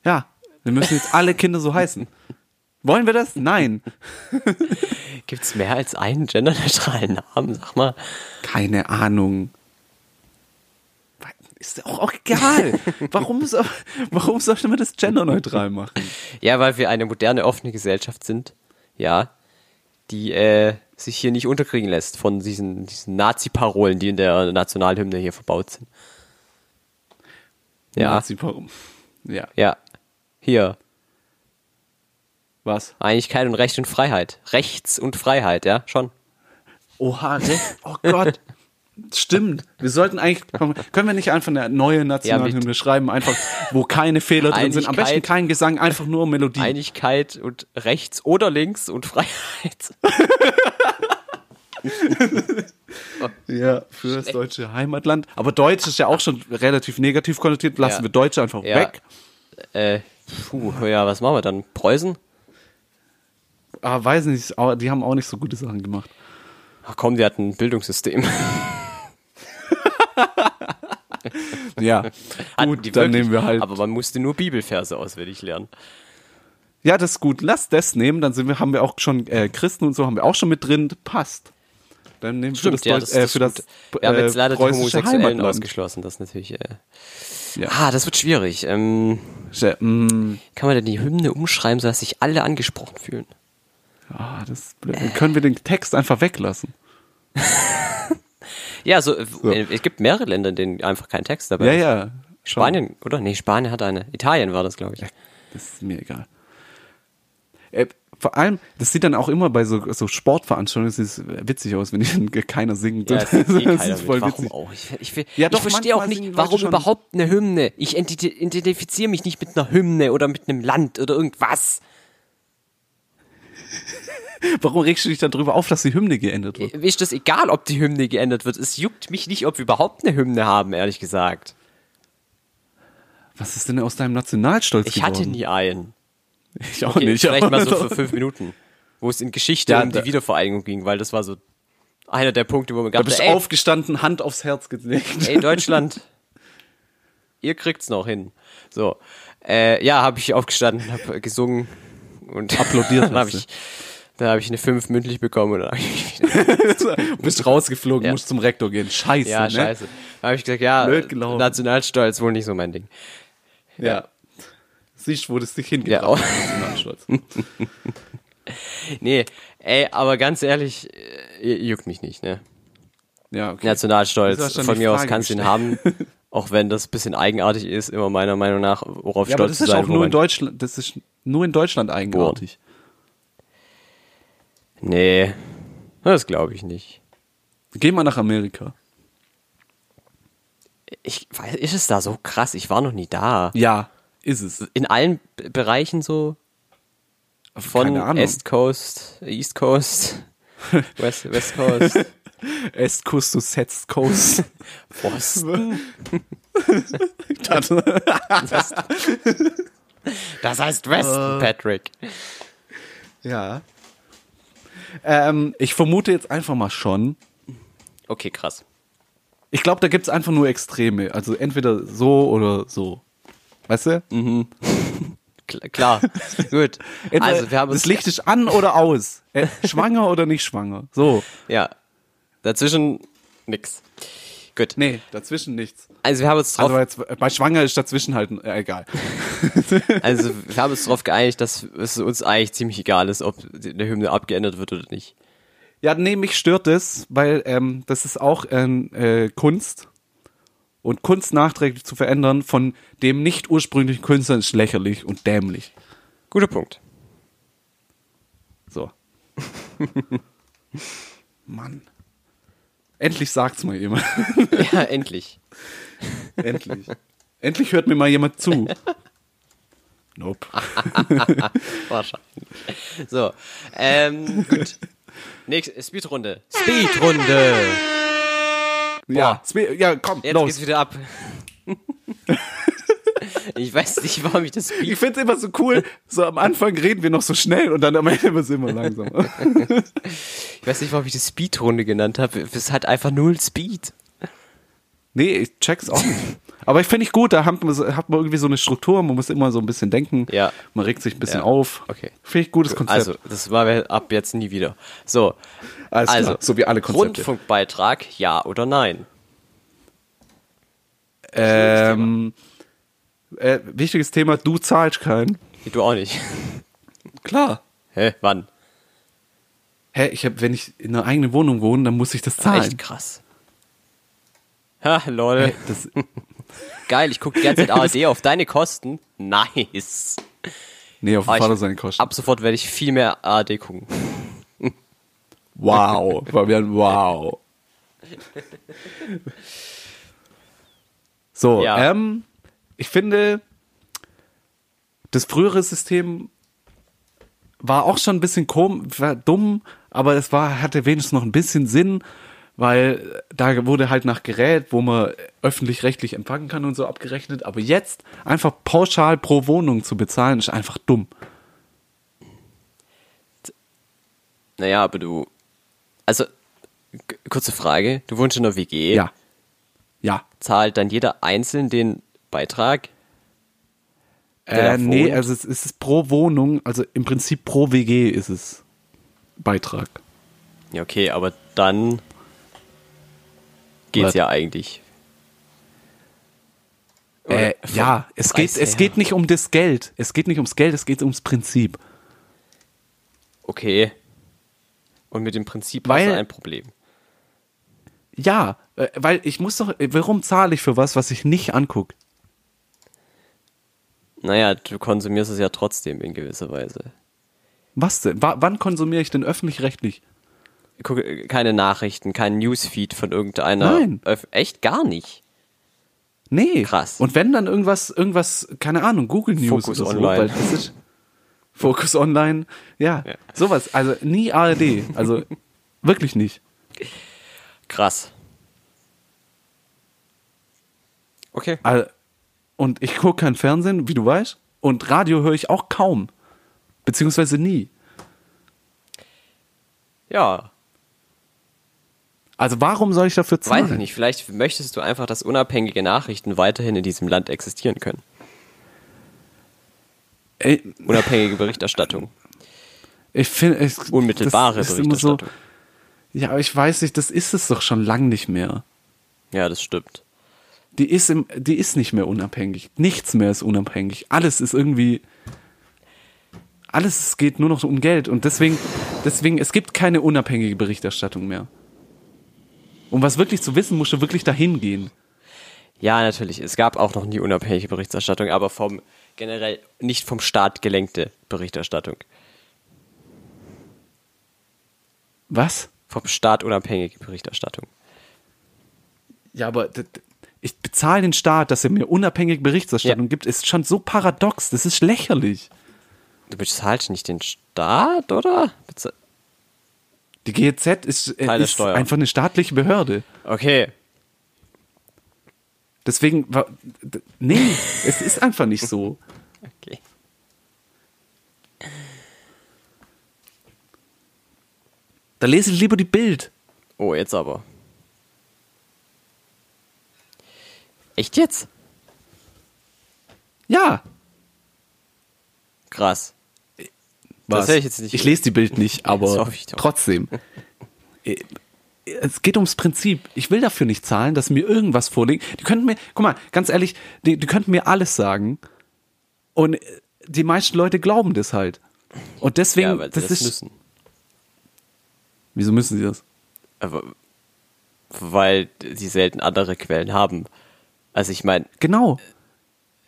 Speaker 2: Ja, wir müssen jetzt alle Kinder so heißen. Wollen wir das? Nein.
Speaker 1: Gibt es mehr als einen genderneutralen Namen? Sag mal.
Speaker 2: Keine Ahnung. Ist auch, auch egal. Warum, so, warum sollte man das genderneutral machen?
Speaker 1: Ja, weil wir eine moderne, offene Gesellschaft sind. Ja. Die äh, sich hier nicht unterkriegen lässt von diesen, diesen Nazi-Parolen, die in der Nationalhymne hier verbaut sind. Ja.
Speaker 2: Nazi, warum? Ja.
Speaker 1: Ja. Hier.
Speaker 2: Was?
Speaker 1: Einigkeit und Recht und Freiheit. Rechts und Freiheit, ja, schon.
Speaker 2: Oha,
Speaker 1: ne?
Speaker 2: recht. Oh Gott. Stimmt. Wir sollten eigentlich. Können wir nicht einfach eine neue Nationalhymne schreiben, einfach, wo keine Fehler drin sind. Am
Speaker 1: Einigkeit.
Speaker 2: besten kein Gesang, einfach nur Melodie.
Speaker 1: Einigkeit und rechts oder links und Freiheit.
Speaker 2: Ja, für das deutsche Heimatland. Aber Deutsch ist ja auch schon relativ negativ konnotiert. Lassen
Speaker 1: Ja.
Speaker 2: wir Deutsche einfach
Speaker 1: Ja.
Speaker 2: weg.
Speaker 1: Äh, puh, ja, was machen wir dann? Preußen?
Speaker 2: Ah, weiß nicht, aber die haben auch nicht so gute Sachen gemacht.
Speaker 1: Ach komm, die hatten ein Bildungssystem.
Speaker 2: Ja,
Speaker 1: Hatten
Speaker 2: gut,
Speaker 1: die
Speaker 2: dann
Speaker 1: wirklich.
Speaker 2: nehmen wir halt.
Speaker 1: Aber man musste nur Bibelverse auswendig lernen.
Speaker 2: Ja, das ist gut. Lass das nehmen, dann sind wir, haben wir auch schon äh, Christen und so haben wir auch schon mit drin. Passt. Dann nehmen wir für das,
Speaker 1: ja,
Speaker 2: Deutsch, äh, für das
Speaker 1: ist gut. Wir haben jetzt
Speaker 2: äh,
Speaker 1: leider die
Speaker 2: preußische
Speaker 1: Homosexuellen
Speaker 2: Heimatland.
Speaker 1: ausgeschlossen, das ist natürlich. Äh,
Speaker 2: Ja.
Speaker 1: Ah, das wird schwierig. Ähm,
Speaker 2: Ja, mm,
Speaker 1: kann man denn die Hymne umschreiben, sodass sich alle angesprochen fühlen?
Speaker 2: ah, das ist
Speaker 1: Äh.
Speaker 2: blöd. Können wir den Text einfach weglassen?
Speaker 1: Ja, so, äh, äh, es gibt mehrere Länder, in denen einfach kein Text dabei
Speaker 2: Ja,
Speaker 1: ist.
Speaker 2: ja. schon.
Speaker 1: Spanien, oder? Nee, Spanien hat eine. Italien war das, glaube ich.
Speaker 2: Das ist mir egal. Äh, vor allem, das sieht dann auch immer bei so, so Sportveranstaltungen, das sieht witzig aus, wenn die dann keiner singt.
Speaker 1: Ja, das ist eh
Speaker 2: Das
Speaker 1: keiner
Speaker 2: ist
Speaker 1: mit.
Speaker 2: voll
Speaker 1: warum
Speaker 2: witzig.
Speaker 1: auch? Ich, ich, ich,
Speaker 2: Ja,
Speaker 1: ich
Speaker 2: doch,
Speaker 1: verstehe auch
Speaker 2: manchmal singen
Speaker 1: nicht,
Speaker 2: die
Speaker 1: warum
Speaker 2: Leute schon-
Speaker 1: überhaupt eine Hymne. Ich identi- identifiziere mich nicht mit einer Hymne oder mit einem Land oder irgendwas.
Speaker 2: Warum regst du dich dann drüber auf, dass die Hymne geändert wird?
Speaker 1: Mir ist das egal, ob die Hymne geändert wird. Es juckt mich nicht, ob wir überhaupt eine Hymne haben, ehrlich gesagt.
Speaker 2: Was ist denn aus deinem Nationalstolz
Speaker 1: Ich
Speaker 2: geworden?
Speaker 1: hatte nie einen.
Speaker 2: Ich auch
Speaker 1: Okay,
Speaker 2: nicht.
Speaker 1: vielleicht
Speaker 2: aber
Speaker 1: mal so für
Speaker 2: doch.
Speaker 1: fünf Minuten, wo es in Geschichte
Speaker 2: Ja,
Speaker 1: um die
Speaker 2: da-
Speaker 1: Wiedervereinigung ging, weil das war so einer der Punkte, wo man
Speaker 2: Da
Speaker 1: gab,
Speaker 2: bist du
Speaker 1: ey,
Speaker 2: aufgestanden, Hand aufs Herz gelegt.
Speaker 1: ey Deutschland, ihr kriegt's noch hin. So, äh, ja, habe ich aufgestanden, habe gesungen und
Speaker 2: Applaudiert
Speaker 1: Dann habe
Speaker 2: hast ne? du.
Speaker 1: ich, dann habe ich eine fünf mündlich bekommen und dann hab ich wieder,
Speaker 2: bist rausgeflogen,
Speaker 1: Ja.
Speaker 2: musst zum Rektor gehen. Scheiße,
Speaker 1: ja
Speaker 2: ne?
Speaker 1: scheiße, dann habe ich gesagt, ja,
Speaker 2: Blöd gelaufen.
Speaker 1: Nationalstolz wohl nicht so mein Ding.
Speaker 2: Ja. Siehst, wo das dich
Speaker 1: Ja, oh. auch.
Speaker 2: hingebracht hat, Nationalstolz.
Speaker 1: Nee, ey, aber ganz ehrlich, äh, juckt mich nicht, ne?
Speaker 2: Ja, okay.
Speaker 1: Nationalstolz.
Speaker 2: Wieso hast du dann
Speaker 1: Von
Speaker 2: die
Speaker 1: mir aus
Speaker 2: Frage
Speaker 1: kannst du ihn haben, auch wenn das ein bisschen eigenartig ist, immer meiner Meinung nach, worauf
Speaker 2: ja, aber
Speaker 1: stolz
Speaker 2: das
Speaker 1: zu
Speaker 2: ist
Speaker 1: sein.
Speaker 2: auch nur in
Speaker 1: woran-
Speaker 2: Deutschland, das ist nur in Deutschland eigenartig.
Speaker 1: nee, das glaube ich nicht.
Speaker 2: Geh mal nach Amerika.
Speaker 1: Ich weiß, ist es da so krass? Ich war noch nie da.
Speaker 2: Ja, ist es.
Speaker 1: In allen B- Bereichen so von
Speaker 2: Keine Ahnung.
Speaker 1: East Coast, East Coast, West, West Coast,
Speaker 2: Est Coast to Sets Coast.
Speaker 1: Frost.
Speaker 2: Das-
Speaker 1: Das heißt
Speaker 2: Äh.
Speaker 1: Westen, Patrick.
Speaker 2: ja. Ähm, ich vermute jetzt einfach mal schon,
Speaker 1: Okay, krass.
Speaker 2: Ich glaube, da gibt's einfach nur Extreme. Also entweder so oder so. Weißt du?
Speaker 1: Mhm. Kl- Klar, gut.
Speaker 2: Entweder
Speaker 1: Also wir haben uns
Speaker 2: das Licht ist an oder aus. Äh, schwanger oder nicht schwanger. So.
Speaker 1: ja dazwischen nix. Gut.
Speaker 2: Nee, dazwischen nichts.
Speaker 1: Also wir haben uns drauf
Speaker 2: Also jetzt, bei schwanger ist dazwischen halt äh, egal.
Speaker 1: Also wir haben uns darauf geeinigt, dass es uns eigentlich ziemlich egal ist, ob der Hymne abgeändert wird oder nicht.
Speaker 2: Ja, nee, mich stört es, weil ähm, das ist auch ähm, äh, Kunst. Und Kunst nachträglich zu verändern von dem nicht ursprünglichen Künstler ist lächerlich und dämlich.
Speaker 1: Guter Punkt.
Speaker 2: So. Mann. Endlich sagt's mal jemand.
Speaker 1: Ja, endlich.
Speaker 2: Endlich. Endlich hört mir mal jemand zu. Nope.
Speaker 1: Wahrscheinlich. So, ähm, gut. Nächste Speedrunde. Speedrunde.
Speaker 2: Ja, Zwe- ja komm,
Speaker 1: Jetzt
Speaker 2: los.
Speaker 1: geht's wieder ab. Ich weiß nicht, warum ich das
Speaker 2: Ich finde es immer so cool, so am Anfang reden wir noch so schnell und dann am Ende wird es immer langsamer.
Speaker 1: Ich weiß nicht, warum ich das Speedrunde genannt habe. Es hat einfach null Speed.
Speaker 2: Nee, ich check's auch nicht. Aber ich finde ich gut, da hat man, so- hat man irgendwie so eine Struktur, man muss immer so ein bisschen denken.
Speaker 1: Ja.
Speaker 2: Man regt sich ein bisschen
Speaker 1: Ja.
Speaker 2: auf.
Speaker 1: Okay.
Speaker 2: Finde ich gutes Konzept.
Speaker 1: Also, das war wir ab jetzt nie wieder. So. Also,
Speaker 2: Alles klar, so wie alle Konzepte.
Speaker 1: Rundfunkbeitrag, ja oder nein?
Speaker 2: ähm, äh, wichtiges Thema, du zahlst keinen.
Speaker 1: Du auch nicht.
Speaker 2: Klar.
Speaker 1: Hä, wann?
Speaker 2: Hä, ich hab, wenn ich in einer eigenen Wohnung wohne, dann muss ich das zahlen.
Speaker 1: Echt krass. Ha, lol.
Speaker 2: Das,
Speaker 1: Äh, Geil, ich gucke die ganze Zeit ARD auf deine Kosten. Nice.
Speaker 2: nee, auf
Speaker 1: Ah,
Speaker 2: den
Speaker 1: ich-
Speaker 2: Vater seine Kosten.
Speaker 1: Ab sofort werde ich viel mehr ARD gucken.
Speaker 2: Wow, Fabian, wow. So,
Speaker 1: Ja.
Speaker 2: ähm, ich finde, das frühere System war auch schon ein bisschen komisch, war dumm, aber es war, hatte wenigstens noch ein bisschen Sinn, weil da wurde halt nach Gerät, wo man öffentlich-rechtlich empfangen kann und so abgerechnet. Aber jetzt einfach pauschal pro Wohnung zu bezahlen, ist einfach dumm.
Speaker 1: Naja, aber du. Also, k- kurze Frage. Du wohnst in einer WG.
Speaker 2: Ja. Ja.
Speaker 1: Zahlt dann jeder einzeln den Beitrag? der
Speaker 2: Äh,
Speaker 1: da
Speaker 2: nee,
Speaker 1: wohnt?
Speaker 2: also es es ist pro Wohnung, also im Prinzip pro WG ist es Beitrag.
Speaker 1: Ja, okay, aber dann geht's
Speaker 2: Was?
Speaker 1: ja eigentlich.
Speaker 2: Äh,
Speaker 1: Oder-
Speaker 2: ja, es geht,
Speaker 1: Preis
Speaker 2: es
Speaker 1: her.
Speaker 2: geht nicht um das Geld. Es geht nicht ums Geld, es geht ums Prinzip.
Speaker 1: Okay. Und mit dem Prinzip
Speaker 2: Weil-
Speaker 1: hast du ein Problem.
Speaker 2: Ja, äh, weil ich muss doch, äh, warum zahle ich für was, was ich nicht angucke?
Speaker 1: Naja, du konsumierst es ja trotzdem in gewisser Weise.
Speaker 2: Was denn? Wa- wann konsumiere ich denn öffentlich-rechtlich?
Speaker 1: Guck, äh, keine Nachrichten, kein Newsfeed von irgendeiner.
Speaker 2: Nein.
Speaker 1: Öff- echt gar nicht.
Speaker 2: Nee.
Speaker 1: Krass.
Speaker 2: Und wenn dann irgendwas, irgendwas, keine Ahnung, Google News
Speaker 1: Focus
Speaker 2: oder so,
Speaker 1: Online.
Speaker 2: weil das ist Focus Online, ja,
Speaker 1: Ja.
Speaker 2: sowas. Also nie ARD, also wirklich nicht.
Speaker 1: Krass. Okay.
Speaker 2: Al- Und ich gucke kein Fernsehen, wie du weißt. Und Radio höre ich auch kaum. Beziehungsweise nie.
Speaker 1: Ja,
Speaker 2: Also warum soll ich dafür zahlen?
Speaker 1: weiß ich nicht. Vielleicht möchtest du einfach, dass unabhängige Nachrichten weiterhin in diesem Land existieren können.
Speaker 2: Ey,
Speaker 1: Unabhängige Berichterstattung.
Speaker 2: ich finde es
Speaker 1: Unmittelbare
Speaker 2: das ist immer so,
Speaker 1: Berichterstattung.
Speaker 2: Ja, aber ich weiß nicht, das ist es doch schon lang nicht mehr.
Speaker 1: Ja, das stimmt.
Speaker 2: Die ist, im, die ist nicht mehr unabhängig. Nichts mehr ist unabhängig. Alles ist irgendwie. Alles es geht nur noch um Geld. Und deswegen, deswegen, es gibt keine unabhängige Berichterstattung mehr. Um was wirklich zu wissen, musst du wirklich dahin gehen.
Speaker 1: Ja, natürlich. Es gab auch noch nie unabhängige Berichterstattung, aber vom generell nicht vom Staat gelenkte Berichterstattung.
Speaker 2: Was?
Speaker 1: Vom Staat unabhängige Berichterstattung.
Speaker 2: Ja, aber d- d- ich bezahle den Staat, dass er mir unabhängig Berichterstattung
Speaker 1: Ja.
Speaker 2: gibt, ist schon so paradox. Das ist lächerlich.
Speaker 1: Du bezahlst nicht den Staat, oder? Beza-
Speaker 2: Die GEZ ist, äh,
Speaker 1: Teil der
Speaker 2: ist
Speaker 1: Steuer.
Speaker 2: einfach eine staatliche Behörde.
Speaker 1: Okay.
Speaker 2: Deswegen, wa- d- nee, es ist einfach nicht so.
Speaker 1: Okay.
Speaker 2: Da lese ich lieber die Bild.
Speaker 1: Oh, jetzt aber. Echt jetzt?
Speaker 2: Ja.
Speaker 1: Krass. Das hätte ich jetzt nicht
Speaker 2: Ich lese die Bild nicht, aber
Speaker 1: Das hoffe ich doch.
Speaker 2: trotzdem. Äh, es geht ums Prinzip. Ich will dafür nicht zahlen, dass mir irgendwas vorliegt. Die könnten mir, guck mal, ganz ehrlich, die, die könnten mir alles sagen. Und äh, die meisten Leute glauben das halt. Und deswegen,
Speaker 1: Ja, weil sie
Speaker 2: das,
Speaker 1: das,
Speaker 2: ist.
Speaker 1: müssen.
Speaker 2: Wieso müssen sie das?
Speaker 1: Aber, weil sie selten andere Quellen haben. Also ich meine,
Speaker 2: Genau.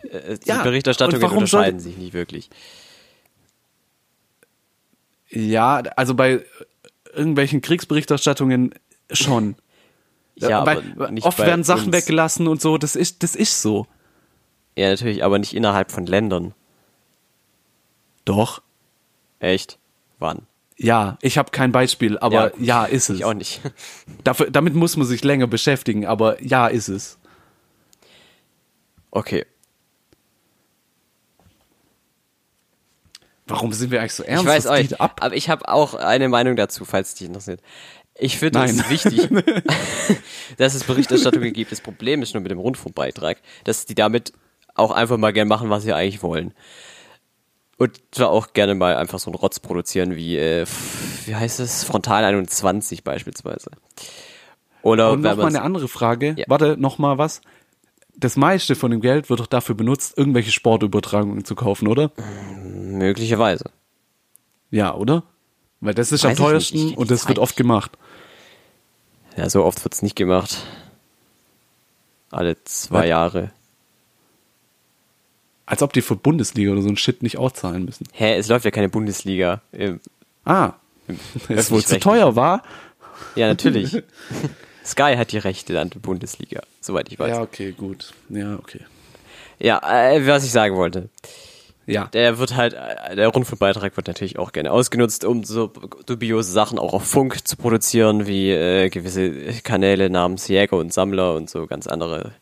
Speaker 1: äh, die
Speaker 2: Ja, und
Speaker 1: Berichterstattungen
Speaker 2: warum
Speaker 1: unterscheiden sich nicht wirklich.
Speaker 2: Ja, also bei irgendwelchen Kriegsberichterstattungen schon. Äh,
Speaker 1: Ja,
Speaker 2: Weil
Speaker 1: aber nicht
Speaker 2: oft
Speaker 1: bei
Speaker 2: werden Sachen
Speaker 1: uns.
Speaker 2: weggelassen und so. Das ist, das ist so.
Speaker 1: Ja, natürlich, aber nicht innerhalb von Ländern.
Speaker 2: Doch.
Speaker 1: Echt? Wann?
Speaker 2: Ja, ich habe kein Beispiel,
Speaker 1: Ja,
Speaker 2: aber
Speaker 1: gut.
Speaker 2: ja, ist es.
Speaker 1: Ich auch nicht.
Speaker 2: Dafür, damit muss man sich länger beschäftigen, aber ja, ist es.
Speaker 1: Okay.
Speaker 2: Warum sind wir eigentlich so ernst?
Speaker 1: Ich weiß
Speaker 2: Was
Speaker 1: euch,
Speaker 2: geht ab?
Speaker 1: aber ich habe auch eine Meinung dazu, falls es dich interessiert. Ich finde es
Speaker 2: Nein.
Speaker 1: ist wichtig, dass es Berichterstattungen gibt. Das Problem ist nur mit dem Rundfunkbeitrag, dass die damit auch einfach mal gern machen, was sie eigentlich wollen. Und zwar auch gerne mal einfach so einen Rotz produzieren wie, äh, f- wie heißt es, Frontal 21 beispielsweise. Oder
Speaker 2: Und
Speaker 1: wenn
Speaker 2: nochmal
Speaker 1: man
Speaker 2: eine andere Frage. Warte, nochmal was. Das meiste von dem Geld wird doch dafür benutzt, irgendwelche Sportübertragungen zu kaufen, oder?
Speaker 1: möglicherweise.
Speaker 2: Ja, oder? Weil das ist
Speaker 1: Weiß ich nicht.
Speaker 2: am
Speaker 1: Ich
Speaker 2: teuersten
Speaker 1: kenn die
Speaker 2: und das
Speaker 1: Zahl
Speaker 2: wird oft
Speaker 1: nicht.
Speaker 2: gemacht.
Speaker 1: Ja, so oft wird's nicht gemacht. Alle zwei
Speaker 2: Was?
Speaker 1: Jahre.
Speaker 2: Als ob die für Bundesliga oder so ein Shit nicht auch zahlen müssen.
Speaker 1: Hä, es läuft ja keine Bundesliga. Ähm,
Speaker 2: Ah, ist wohl zu
Speaker 1: Öffentlich-rechtlich.
Speaker 2: teuer, war?
Speaker 1: Ja, natürlich. Sky hat die Rechte an der Bundesliga, soweit ich weiß. Ja,
Speaker 2: okay, gut. Ja, okay.
Speaker 1: äh, was ich sagen wollte.
Speaker 2: Ja,
Speaker 1: Der wird halt, äh, der Rundfunkbeitrag wird natürlich auch gerne ausgenutzt, um so dubiose Sachen auch auf Funk zu produzieren, wie äh, gewisse Kanäle namens Jäger und Sammler und so ganz andere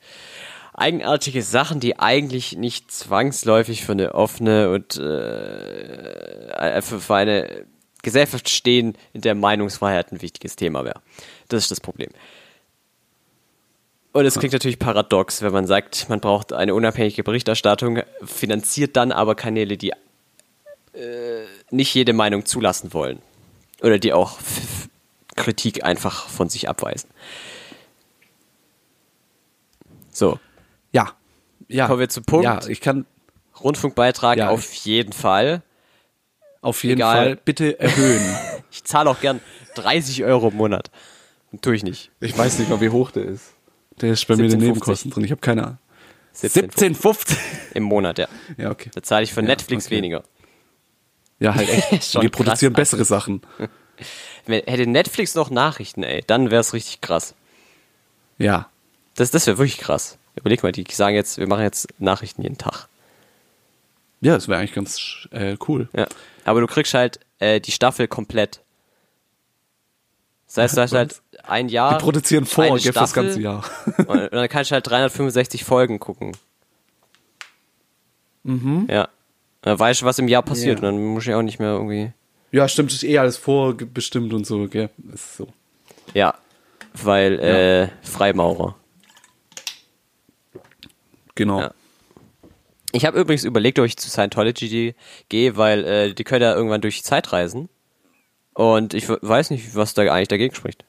Speaker 1: eigenartige Sachen, die eigentlich nicht zwangsläufig für eine offene und äh, für, für eine Gesellschaft stehen, in der Meinungsfreiheit ein wichtiges Thema wäre. Das ist das Problem. Und es klingt natürlich paradox, wenn man sagt, man braucht eine unabhängige Berichterstattung, finanziert dann aber Kanäle, die äh, nicht jede Meinung zulassen wollen. Oder die auch f- f- Kritik einfach von sich abweisen. So,
Speaker 2: ja. ja.
Speaker 1: Kommen wir zu Punkt.
Speaker 2: Ja, ich kann
Speaker 1: Rundfunkbeitrag
Speaker 2: Ja,
Speaker 1: auf jeden Fall.
Speaker 2: auf jeden
Speaker 1: Egal.
Speaker 2: Fall bitte erhöhen.
Speaker 1: Ich zahle auch gern 30 Euro im Monat. Tue ich nicht.
Speaker 2: ich weiß nicht mal, wie hoch der ist. Der ist bei mir den
Speaker 1: 17,50.
Speaker 2: Nebenkosten drin. Ich habe keine Ahnung.
Speaker 1: 17
Speaker 2: 17,50.
Speaker 1: im Monat, ja.
Speaker 2: Ja, okay.
Speaker 1: Da zahle ich für
Speaker 2: Ja,
Speaker 1: Netflix
Speaker 2: okay.
Speaker 1: weniger.
Speaker 2: Ja, halt echt.
Speaker 1: Schon
Speaker 2: Die
Speaker 1: krass,
Speaker 2: produzieren
Speaker 1: Alter.
Speaker 2: bessere Sachen.
Speaker 1: Wenn- Hätte Netflix noch Nachrichten, ey, dann wäre es richtig krass.
Speaker 2: Ja.
Speaker 1: Das, das wäre wirklich krass. Überleg mal, die sagen jetzt, wir machen jetzt Nachrichten jeden Tag.
Speaker 2: Ja, das wäre eigentlich ganz sch- äh, cool.
Speaker 1: Ja. Aber du kriegst halt äh, die Staffel komplett. Das heißt, du hast halt ein Jahr.
Speaker 2: Die produzieren vor,
Speaker 1: eine
Speaker 2: gell, fürs
Speaker 1: Staffel
Speaker 2: ganze Jahr.
Speaker 1: Und, und dann kannst du halt 365 Folgen gucken. Mhm. Ja. Dann weißt du, was im Jahr passiert.
Speaker 2: Ja.
Speaker 1: Und dann musst du ja auch nicht mehr irgendwie.
Speaker 2: Ja, stimmt, ist eh alles vorbestimmt und so, gell? Ist so.
Speaker 1: Ja. Weil, äh, Freimaurer.
Speaker 2: Genau.
Speaker 1: Ja. Ich habe übrigens überlegt, ob ich zu Scientology die- gehe, weil äh, die können ja irgendwann durch die Zeit reisen. Und ich w- weiß nicht, was da eigentlich dagegen spricht.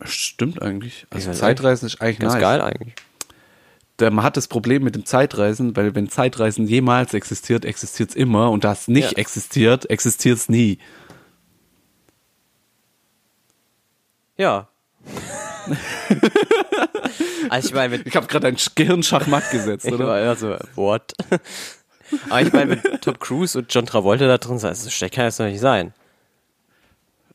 Speaker 2: Stimmt eigentlich. Also
Speaker 1: weiß
Speaker 2: Zeitreisen ist eigentlich
Speaker 1: Ganz
Speaker 2: nice.
Speaker 1: geil eigentlich.
Speaker 2: Da- Man hat das Problem mit dem Zeitreisen, weil wenn Zeitreisen jemals existiert, existiert es immer und das nicht
Speaker 1: Ja.
Speaker 2: existiert, existiert es nie.
Speaker 1: Ja. also ich meine, mit
Speaker 2: Ich habe gerade ein Gehirnschachmatt gesetzt,
Speaker 1: ich
Speaker 2: oder?
Speaker 1: war immer so, what? Aber ich meine, mit Tom Cruise und John Travolta da drin sein, so schlecht kann das doch nicht sein.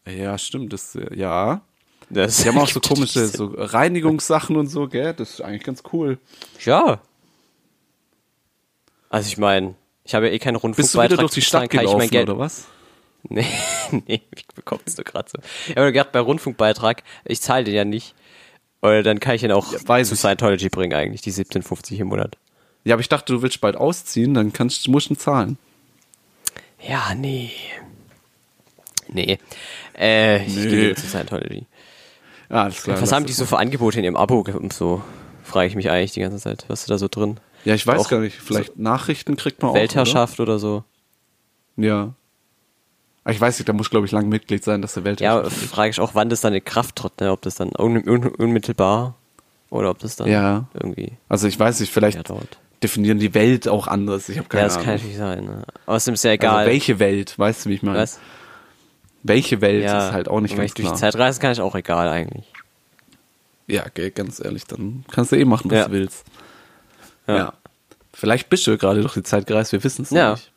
Speaker 2: Ja, stimmt. Das, äh, ja.
Speaker 1: Das
Speaker 2: Die haben auch so komische so Reinigungssachen und so, gell? Das ist eigentlich ganz cool.
Speaker 1: Ja. Also ich meine, ich habe ja eh keinen Rundfunkbeitrag.
Speaker 2: Bist du wieder durch die
Speaker 1: zu zahlen,
Speaker 2: Stadt
Speaker 1: kann ich
Speaker 2: gelaufen,
Speaker 1: mein Geld
Speaker 2: oder was?
Speaker 1: Nee, nee, ich bekomme es nur gerade so. Ich habe gedacht, bei Rundfunkbeitrag, ich zahle den ja nicht. Oder dann kann ich ihn auch
Speaker 2: weiß
Speaker 1: zu
Speaker 2: ich.
Speaker 1: Scientology bringen eigentlich, die 17,50 im Monat.
Speaker 2: Ja, aber ich dachte, du willst bald ausziehen, dann kannst, musst du ihn zahlen.
Speaker 1: Ja, nee. Nee. Äh, ich
Speaker 2: Nee.
Speaker 1: gehe lieber zu Scientology.
Speaker 2: Ja, alles klar.
Speaker 1: Was
Speaker 2: lass
Speaker 1: haben die
Speaker 2: das.
Speaker 1: so für Angebote in ihrem Abo ge- und so? Frage ich mich eigentlich die ganze Zeit. Was ist da so drin?
Speaker 2: Ja, ich weiß
Speaker 1: Auch
Speaker 2: gar nicht. Vielleicht Nachrichten kriegt man auch.
Speaker 1: Weltherrschaft oder so?
Speaker 2: Oder? Ja. Aber ich weiß nicht, da muss, glaube ich, lang Mitglied sein, dass der
Speaker 1: Ja,
Speaker 2: Weltherrschaft.
Speaker 1: frage ich auch, wann das dann in Kraft tritt, ne? Ob das dann un un unmittelbar oder ob das dann
Speaker 2: Ja.
Speaker 1: irgendwie
Speaker 2: Also ich weiß nicht, vielleicht
Speaker 1: ja, dauert.
Speaker 2: definieren die Welt auch anders. Ich habe
Speaker 1: Ja,
Speaker 2: keine
Speaker 1: das kann
Speaker 2: Ahnung.
Speaker 1: natürlich sein. Ne? Außerdem ist ja
Speaker 2: also
Speaker 1: egal.
Speaker 2: welche Welt, weißt du, wie ich meine?
Speaker 1: Was?
Speaker 2: Welche Welt
Speaker 1: Ja,
Speaker 2: ist halt auch nicht
Speaker 1: wenn
Speaker 2: ganz
Speaker 1: ich durch
Speaker 2: klar.
Speaker 1: die Zeit reise, kann ich auch egal eigentlich.
Speaker 2: Ja, gell, ganz ehrlich, dann kannst du eh machen, was
Speaker 1: Ja.
Speaker 2: du willst.
Speaker 1: Ja.
Speaker 2: Ja. Vielleicht bist du gerade durch die Zeit gereist, wir wissen es
Speaker 1: Ja.
Speaker 2: nicht.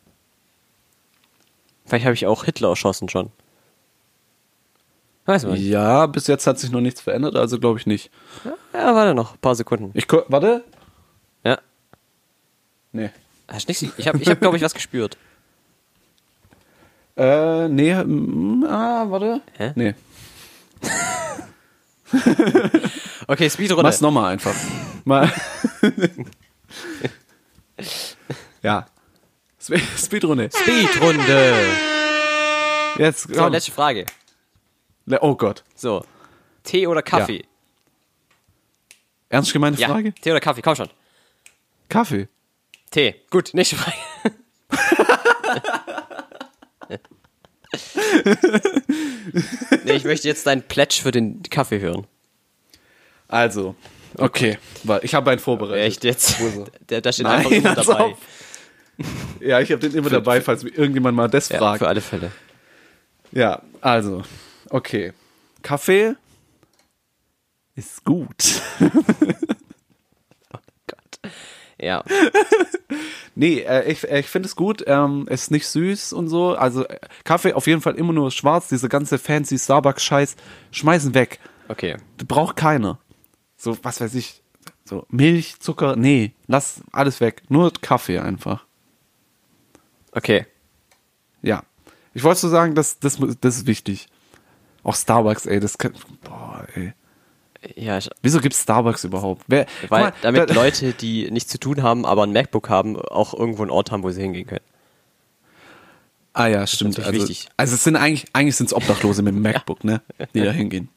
Speaker 1: Vielleicht habe ich auch Hitler erschossen schon. Weiß man. nicht.
Speaker 2: Ja, bis jetzt hat sich noch nichts verändert, also glaube ich nicht.
Speaker 1: Ja, warte noch, ein paar Sekunden.
Speaker 2: Ich gu- warte.
Speaker 1: Ja.
Speaker 2: Nee.
Speaker 1: Hast du nichts? Ich habe, ich hab, glaube ich, was gespürt.
Speaker 2: Äh, nee, mm, ah, warte.
Speaker 1: Hä?
Speaker 2: Nee.
Speaker 1: Okay, Speedrunner.
Speaker 2: Mach's nochmal einfach. Mal. ja. Spe- Speedrunde.
Speaker 1: Speedrunde.
Speaker 2: Jetzt,
Speaker 1: So,
Speaker 2: komm.
Speaker 1: letzte Frage.
Speaker 2: Le- oh Gott.
Speaker 1: So. Tee oder Kaffee?
Speaker 2: Ernst gemeinte
Speaker 1: Ja.
Speaker 2: Frage?
Speaker 1: Tee oder Kaffee? Komm schon.
Speaker 2: Kaffee.
Speaker 1: Tee. Gut, nächste Frage. nee, ich möchte jetzt deinen Plätsch für den Kaffee hören.
Speaker 2: Also,
Speaker 1: Oh
Speaker 2: okay. Warte, Ich habe einen vorbereitet.
Speaker 1: Echt jetzt? Da, da steht
Speaker 2: Äh, Nein,
Speaker 1: einfach immer
Speaker 2: pass
Speaker 1: dabei.
Speaker 2: auf. Ja, ich habe den immer dabei, falls mir irgendjemand mal das
Speaker 1: Ja,
Speaker 2: fragt.
Speaker 1: für alle Fälle.
Speaker 2: Ja, also, okay. Kaffee ist gut.
Speaker 1: Gott. Ja.
Speaker 2: Nee, äh, ich, äh, ich finde es gut. Ähm, es ist nicht süß und so. Also, äh, Kaffee auf jeden Fall immer nur schwarz. Diese ganze fancy Starbucks-Scheiß schmeißen weg.
Speaker 1: Okay.
Speaker 2: Braucht keiner. So, was weiß ich. So, Milch, Zucker. Nee, lass alles weg. Nur Kaffee einfach.
Speaker 1: Okay.
Speaker 2: Ja. Ich wollte so sagen, das, das, das ist wichtig. Auch Starbucks, ey, das kann. Boah, ey.
Speaker 1: Ja, ich,
Speaker 2: Wieso gibt's Starbucks überhaupt? Wer, guck
Speaker 1: weil
Speaker 2: mal,
Speaker 1: damit
Speaker 2: da-
Speaker 1: Leute, die nichts zu tun haben, aber ein MacBook haben, auch irgendwo einen Ort haben, wo sie hingehen können.
Speaker 2: Ah ja, stimmt.
Speaker 1: natürlich
Speaker 2: Also,
Speaker 1: wichtig.
Speaker 2: also es sind eigentlich, eigentlich sind es Obdachlose mit dem MacBook, ne? Die da hingehen.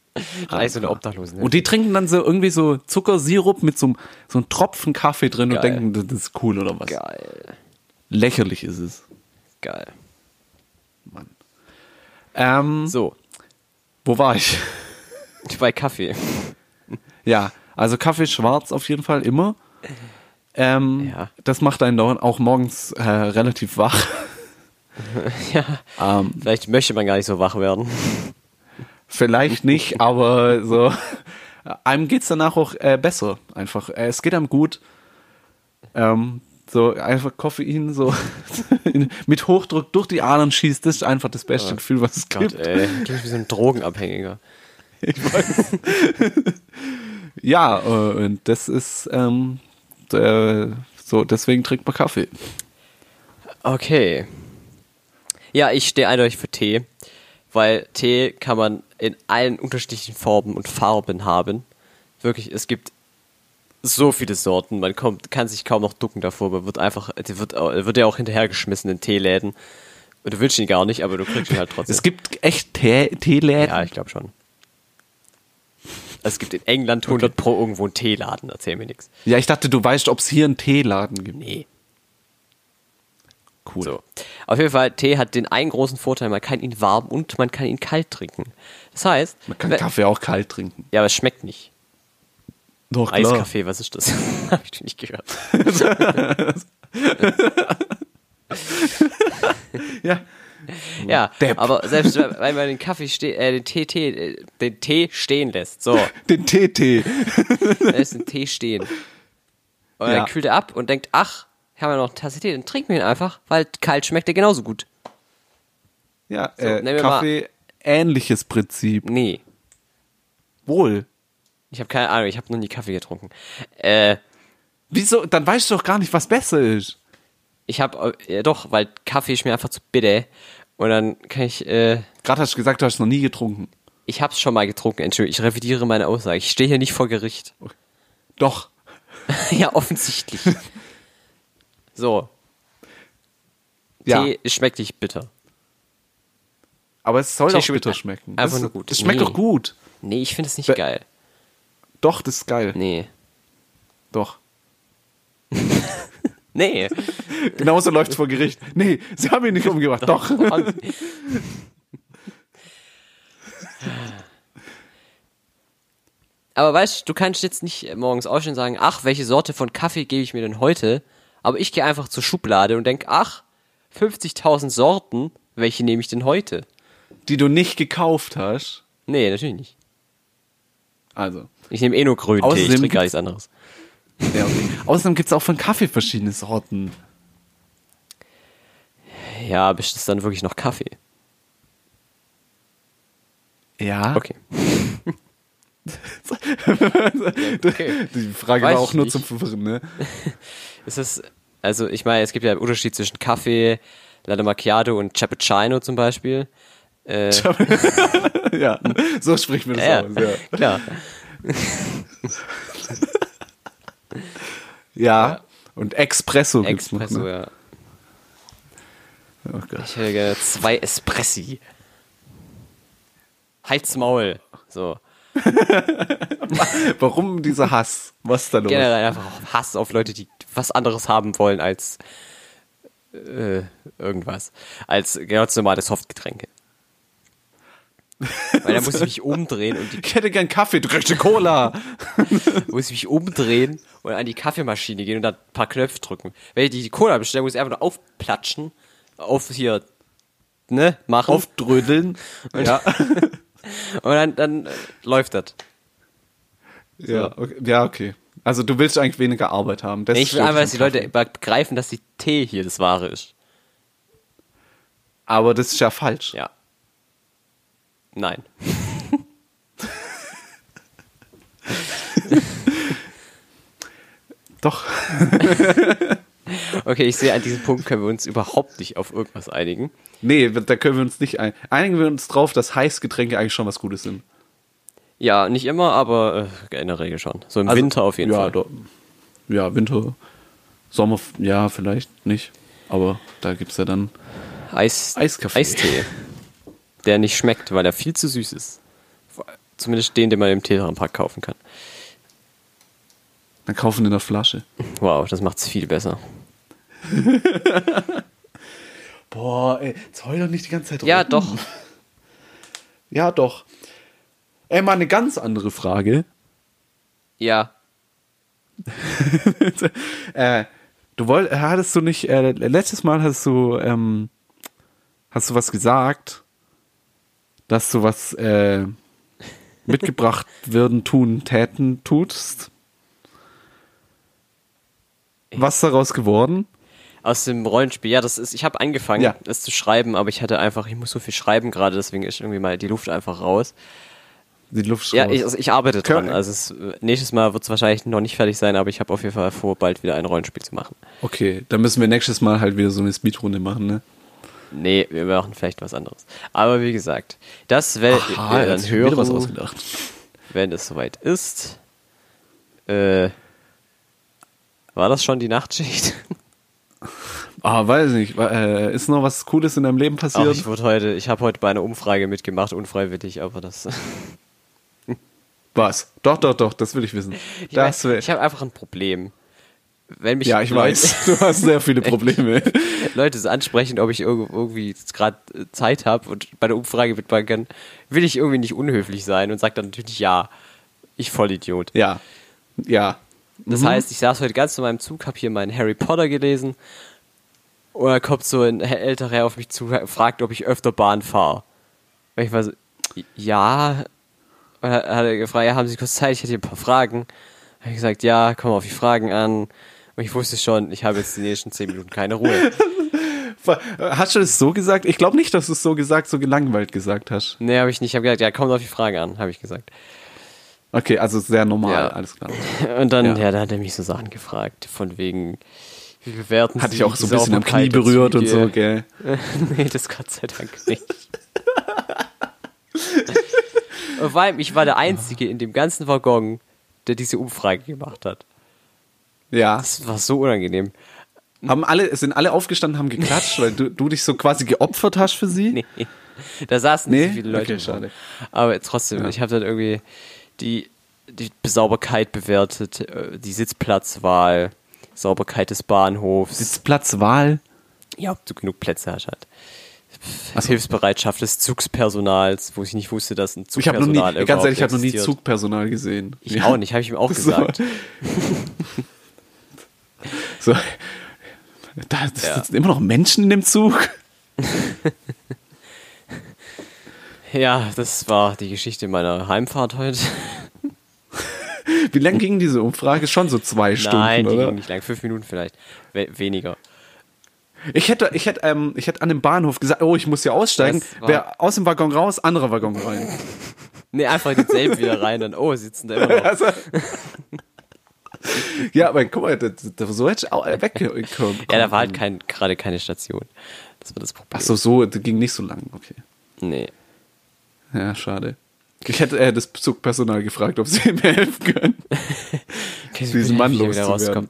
Speaker 1: Eigentlich so eine Obdachlose, ne?
Speaker 2: Und die trinken dann so irgendwie so Zuckersirup mit so, einem- so einem Tropfen Kaffee drin und
Speaker 1: Geil.
Speaker 2: denken, das ist cool oder was.
Speaker 1: Geil.
Speaker 2: Lächerlich ist es.
Speaker 1: Geil.
Speaker 2: Ähm,
Speaker 1: So,
Speaker 2: wo war ich?
Speaker 1: bei Kaffee.
Speaker 2: Ja, also Kaffee schwarz auf jeden Fall immer. Ähm,
Speaker 1: Ja.
Speaker 2: Das macht einen doch auch morgens äh, relativ wach.
Speaker 1: ja.
Speaker 2: Ähm,
Speaker 1: Vielleicht möchte man gar nicht so wach werden.
Speaker 2: Vielleicht nicht, aber so. Einem geht's danach auch äh, besser, einfach. Äh, es geht einem gut. Ähm, so einfach Koffein so in, mit Hochdruck durch die Adern schießt, das ist einfach das beste Gefühl, was es
Speaker 1: Gott,
Speaker 2: gibt.
Speaker 1: ey. Klingt wie so ein Drogenabhängiger.
Speaker 2: Ja, äh, und das ist ähm, äh, so, deswegen trinkt man Kaffee.
Speaker 1: Okay. Ja, ich stehe eindeutig für Tee, weil Tee kann man in allen unterschiedlichen Formen und Farben haben. Wirklich, es gibt so viele Sorten, man kommt, kann sich kaum noch ducken davor, man wird einfach, der wird, äh, wird ja auch hinterhergeschmissen in Teeläden. Und du willst ihn gar nicht, aber du kriegst ihn halt trotzdem.
Speaker 2: Es gibt echt Tee- Teeläden.
Speaker 1: ja, ich glaube schon. Es gibt in England 100 pro irgendwo einen Teeladen, erzähl mir nichts.
Speaker 2: Ja, ich dachte, du weißt, ob es hier einen Teeladen gibt.
Speaker 1: Nee.
Speaker 2: Cool.
Speaker 1: So. Auf jeden Fall, Tee hat den einen großen Vorteil, man kann ihn warm und man kann ihn kalt trinken. Das heißt,
Speaker 2: Man kann
Speaker 1: wenn-
Speaker 2: Kaffee auch kalt trinken.
Speaker 1: ja, aber es schmeckt nicht.
Speaker 2: Doch,
Speaker 1: Eiskaffee, was ist das? Hab ich nicht gehört.
Speaker 2: Ja.
Speaker 1: Ja,
Speaker 2: Depp.
Speaker 1: aber selbst wenn wenn man den Kaffee ste äh, den Tee, Tee, äh, den Tee stehen lässt, so,
Speaker 2: Den Tee-Tee.
Speaker 1: lässt den Tee stehen. Und
Speaker 2: Ja.
Speaker 1: dann kühlt er ab und denkt, ach, haben wir noch eine Tasse Tee, dann trinken wir ihn einfach, weil kalt schmeckt er genauso gut.
Speaker 2: Ja,
Speaker 1: nehmen
Speaker 2: äh,
Speaker 1: wir
Speaker 2: Kaffee, ähnliches Prinzip.
Speaker 1: Nee,
Speaker 2: Wohl.
Speaker 1: ich habe keine Ahnung, ich habe noch nie Kaffee getrunken. Äh,
Speaker 2: Wieso? Dann weißt du doch gar nicht, was besser ist.
Speaker 1: ich habe, äh, doch, weil Kaffee ist mir einfach zu bitter und dann kann ich, äh,
Speaker 2: Gerade hast du gesagt, du hast noch nie getrunken.
Speaker 1: Ich hab's schon mal getrunken, Entschuldigung, ich revidiere meine Aussage. Ich stehe hier nicht vor Gericht.
Speaker 2: Doch.
Speaker 1: ja, offensichtlich. So,
Speaker 2: Ja.
Speaker 1: Tee schmeckt nicht bitter.
Speaker 2: Aber es soll
Speaker 1: Tee
Speaker 2: auch
Speaker 1: schmeckt
Speaker 2: bitter
Speaker 1: ein-
Speaker 2: schmecken.
Speaker 1: einfach
Speaker 2: Das ist-
Speaker 1: nur gut.
Speaker 2: Das schmeckt
Speaker 1: Nee.
Speaker 2: doch gut.
Speaker 1: Nee, ich finde es nicht
Speaker 2: Be-
Speaker 1: geil.
Speaker 2: Doch, das ist geil.
Speaker 1: Nee.
Speaker 2: Doch.
Speaker 1: Nee.
Speaker 2: Genauso läuft's vor Gericht. Nee, sie haben ihn nicht umgebracht. Doch.
Speaker 1: Aber weißt du, du kannst jetzt nicht morgens aufstehen und sagen, ach, welche Sorte von Kaffee gebe ich mir denn heute? Aber ich gehe einfach zur Schublade und denk, ach, 50.000 Sorten, welche nehme ich denn heute?
Speaker 2: Die du nicht gekauft hast.
Speaker 1: Nee, natürlich nicht.
Speaker 2: Also.
Speaker 1: Ich nehme eh nur grünen Tee, ich
Speaker 2: Außerdem
Speaker 1: trinke gar
Speaker 2: gibt's-
Speaker 1: nichts anderes.
Speaker 2: Ja, okay. Außerdem gibt's auch von Kaffee verschiedene Sorten.
Speaker 1: Ja, aber ist das dann wirklich noch Kaffee?
Speaker 2: Ja.
Speaker 1: Okay. okay.
Speaker 2: Die Frage
Speaker 1: Weiß
Speaker 2: war auch
Speaker 1: ich
Speaker 2: nur
Speaker 1: nicht.
Speaker 2: zum Verwirren, ne?
Speaker 1: Ist es, also ich meine, es gibt ja einen Unterschied zwischen Kaffee, Latte Macchiato und Cappuccino zum Beispiel. Äh,
Speaker 2: ja. So spricht man das
Speaker 1: ja,
Speaker 2: aus. Ja.
Speaker 1: klar.
Speaker 2: Ja. Und Espresso gibt's noch.
Speaker 1: Espresso,
Speaker 2: Ne?
Speaker 1: ja.
Speaker 2: Oh Gott.
Speaker 1: Ich hätte gerne zwei Espressi. Halt's Maul. So.
Speaker 2: Warum dieser Hass? Was ist da los?
Speaker 1: Generell einfach Hass auf Leute, die was anderes haben wollen als äh, irgendwas. Als ganz normale Softgetränke. Weil da muss ich mich umdrehen und die
Speaker 2: Ich hätte gern Kaffee, du kriegst eine Cola.
Speaker 1: muss ich mich umdrehen und an die Kaffeemaschine gehen und da ein paar Knöpfe drücken. Wenn ich die Cola bestelle, muss ich einfach nur aufplatschen, auf hier, ne, machen.
Speaker 2: Aufdrödeln. ja.
Speaker 1: Und dann, dann äh, läuft das.
Speaker 2: Ja, okay. ja, okay. Also du willst eigentlich weniger Arbeit haben. Das
Speaker 1: Ich will
Speaker 2: stimmt.
Speaker 1: einfach, dass die Leute begreifen, dass die Tee hier das Wahre ist.
Speaker 2: Aber das ist ja falsch.
Speaker 1: Ja. Nein.
Speaker 2: Doch.
Speaker 1: Okay, ich sehe, an diesem Punkt können wir uns überhaupt nicht auf irgendwas einigen.
Speaker 2: Nee, da können wir uns nicht ein. Einigen wir uns drauf, dass Heißgetränke eigentlich schon was Gutes sind.
Speaker 1: Ja, nicht immer, aber äh, in der Regel schon. So im
Speaker 2: Also,
Speaker 1: Winter auf jeden
Speaker 2: ja,
Speaker 1: Fall.
Speaker 2: doch. ja, Winter, Sommer, f- ja, vielleicht nicht. Aber da gibt es ja dann.
Speaker 1: Eis,
Speaker 2: Eiskaffee.
Speaker 1: Eistee. Der nicht schmeckt, weil er viel zu süß ist. Zumindest den, den man im Tetrapack kaufen kann.
Speaker 2: Dann kaufen in der Flasche.
Speaker 1: Wow, das macht's viel besser.
Speaker 2: Boah, ey, jetzt heul doch nicht die ganze Zeit
Speaker 1: Ja, doch.
Speaker 2: Ja, doch. Ey, mal eine ganz andere Frage.
Speaker 1: Ja.
Speaker 2: äh, du woll, hattest du nicht, äh, letztes Mal hast du, ähm, hast du was gesagt, dass du was äh, mitgebracht würden, tun, täten, tutst. Was ist daraus geworden?
Speaker 1: Aus dem Rollenspiel. Ja, das ist, ich habe angefangen,
Speaker 2: Ja.
Speaker 1: das zu schreiben, aber ich hatte einfach, ich muss so viel schreiben gerade, deswegen ist irgendwie mal die Luft einfach raus.
Speaker 2: Die Luft ist
Speaker 1: Ja,
Speaker 2: raus.
Speaker 1: ich, also ich arbeite
Speaker 2: Können-
Speaker 1: dran. Also es, äh, nächstes Mal wird's wahrscheinlich noch nicht fertig sein, aber ich habe auf jeden Fall vor, bald wieder ein Rollenspiel zu machen.
Speaker 2: Okay, dann müssen wir nächstes Mal halt wieder so eine Speedrunde machen, ne?
Speaker 1: Nee, wir machen vielleicht was anderes. Aber wie gesagt, das werdet ihr
Speaker 2: hat
Speaker 1: dann
Speaker 2: sich wieder
Speaker 1: hören.
Speaker 2: was ausgedacht.
Speaker 1: wenn es soweit ist. Äh, war das schon die Nachtschicht?
Speaker 2: Ah, weiß nicht. wa- Äh, ist noch was Cooles in deinem Leben
Speaker 1: Ach,
Speaker 2: passiert?
Speaker 1: ich wurde heute, ich habe heute bei einer Umfrage mitgemacht, unfreiwillig, aber das.
Speaker 2: was? Doch, doch, doch, das will ich wissen.
Speaker 1: Ich,
Speaker 2: das
Speaker 1: weiß-
Speaker 2: will,
Speaker 1: ich habe einfach ein Problem. Wenn mich
Speaker 2: Ja, ich
Speaker 1: Leute,
Speaker 2: weiß, du hast sehr viele Probleme.
Speaker 1: Leute so ansprechen, ob ich irg- irgendwie jetzt gerade äh, Zeit habe und bei der Umfrage mitmachen kann, will ich irgendwie nicht unhöflich sein und sage dann natürlich ja. Ich Vollidiot.
Speaker 2: ja. Ja.
Speaker 1: Das
Speaker 2: Mhm.
Speaker 1: heißt, ich saß heute ganz in meinem Zug, habe hier meinen Harry Potter gelesen und da kommt so ein älterer Herr auf mich zu, fragt, ob ich öfter Bahn fahre. Und ich war so, ja. Und hat hat er gefragt, ja, haben Sie kurz Zeit? Ich hätte hier ein paar Fragen. Habe ich gesagt, ja, komm auf die Fragen an. Und ich wusste schon, ich habe jetzt die nächsten zehn Minuten keine Ruhe.
Speaker 2: Hast du es so gesagt? Ich glaube nicht, dass du es so gesagt, so gelangweilt gesagt hast.
Speaker 1: Nee, habe ich nicht. Habe gesagt, ja, kommt auf die Fragen an, habe ich gesagt.
Speaker 2: Okay, also sehr normal,
Speaker 1: Ja.
Speaker 2: alles klar.
Speaker 1: Und dann,
Speaker 2: Ja.
Speaker 1: ja, da hat er mich so Sachen gefragt, von wegen, wie bewerten
Speaker 2: Hat
Speaker 1: Sie
Speaker 2: dich auch so ein
Speaker 1: die
Speaker 2: bisschen am Knie
Speaker 1: Sauberkeit der
Speaker 2: berührt und so,
Speaker 1: Züge?
Speaker 2: gell?
Speaker 1: nee, das Gott sei Dank nicht. Und Vor allem, ich war der Einzige in dem ganzen Waggon, der diese Umfrage gemacht hat.
Speaker 2: Ja.
Speaker 1: Das war so unangenehm.
Speaker 2: Haben alle, sind alle aufgestanden, haben geklatscht, weil du, du dich so quasi geopfert hast für sie?
Speaker 1: Nee. Da saßen nicht
Speaker 2: Nee?
Speaker 1: so viele Leute.
Speaker 2: Okay,
Speaker 1: im Raum.
Speaker 2: schade.
Speaker 1: Aber trotzdem, ich habe dann irgendwie die, die Sauberkeit bewertet, äh, die Sitzplatzwahl, Sauberkeit des Bahnhofs.
Speaker 2: Sitzplatzwahl?
Speaker 1: ja, ob du genug Plätze hast halt.
Speaker 2: Ach so.
Speaker 1: Hilfsbereitschaft des Zugspersonals, wo ich nicht wusste, dass ein
Speaker 2: Ich habe
Speaker 1: Zugpersonal
Speaker 2: noch nie, ganz
Speaker 1: überhaupt
Speaker 2: ehrlich, ich habe noch nie
Speaker 1: existiert.
Speaker 2: Zugpersonal gesehen.
Speaker 1: Ich auch nicht, habe ich ihm auch gesagt.
Speaker 2: So. Da das
Speaker 1: Ja.
Speaker 2: sitzen immer noch Menschen in dem Zug.
Speaker 1: Ja, das war die Geschichte meiner Heimfahrt heute.
Speaker 2: Wie lange ging diese Umfrage? Schon so zwei Stunden,
Speaker 1: Nein, die
Speaker 2: oder?
Speaker 1: ging nicht lang, fünf Minuten vielleicht. We weniger.
Speaker 2: Ich hätte, ich hätte, ähm, ich hätte an dem Bahnhof gesagt, oh, ich muss hier aussteigen.
Speaker 1: Das war-
Speaker 2: Wer aus dem Waggon raus, anderer Waggon rein.
Speaker 1: Nee, einfach denselben wieder rein, dann, oh, sitzen da immer noch.
Speaker 2: Also, ja, aber guck mal, das, das, so hätte ich auch weggekommen.
Speaker 1: Ja, da war halt kein, gerade keine Station. Das war das Problem.
Speaker 2: Ach so, so, das ging nicht so lang, okay.
Speaker 1: Nee.
Speaker 2: Ja, schade. Ich hätte äh, das Zugpersonal gefragt, ob sie mir helfen können.
Speaker 1: Okay,
Speaker 2: Diesen Mann loszuwerden.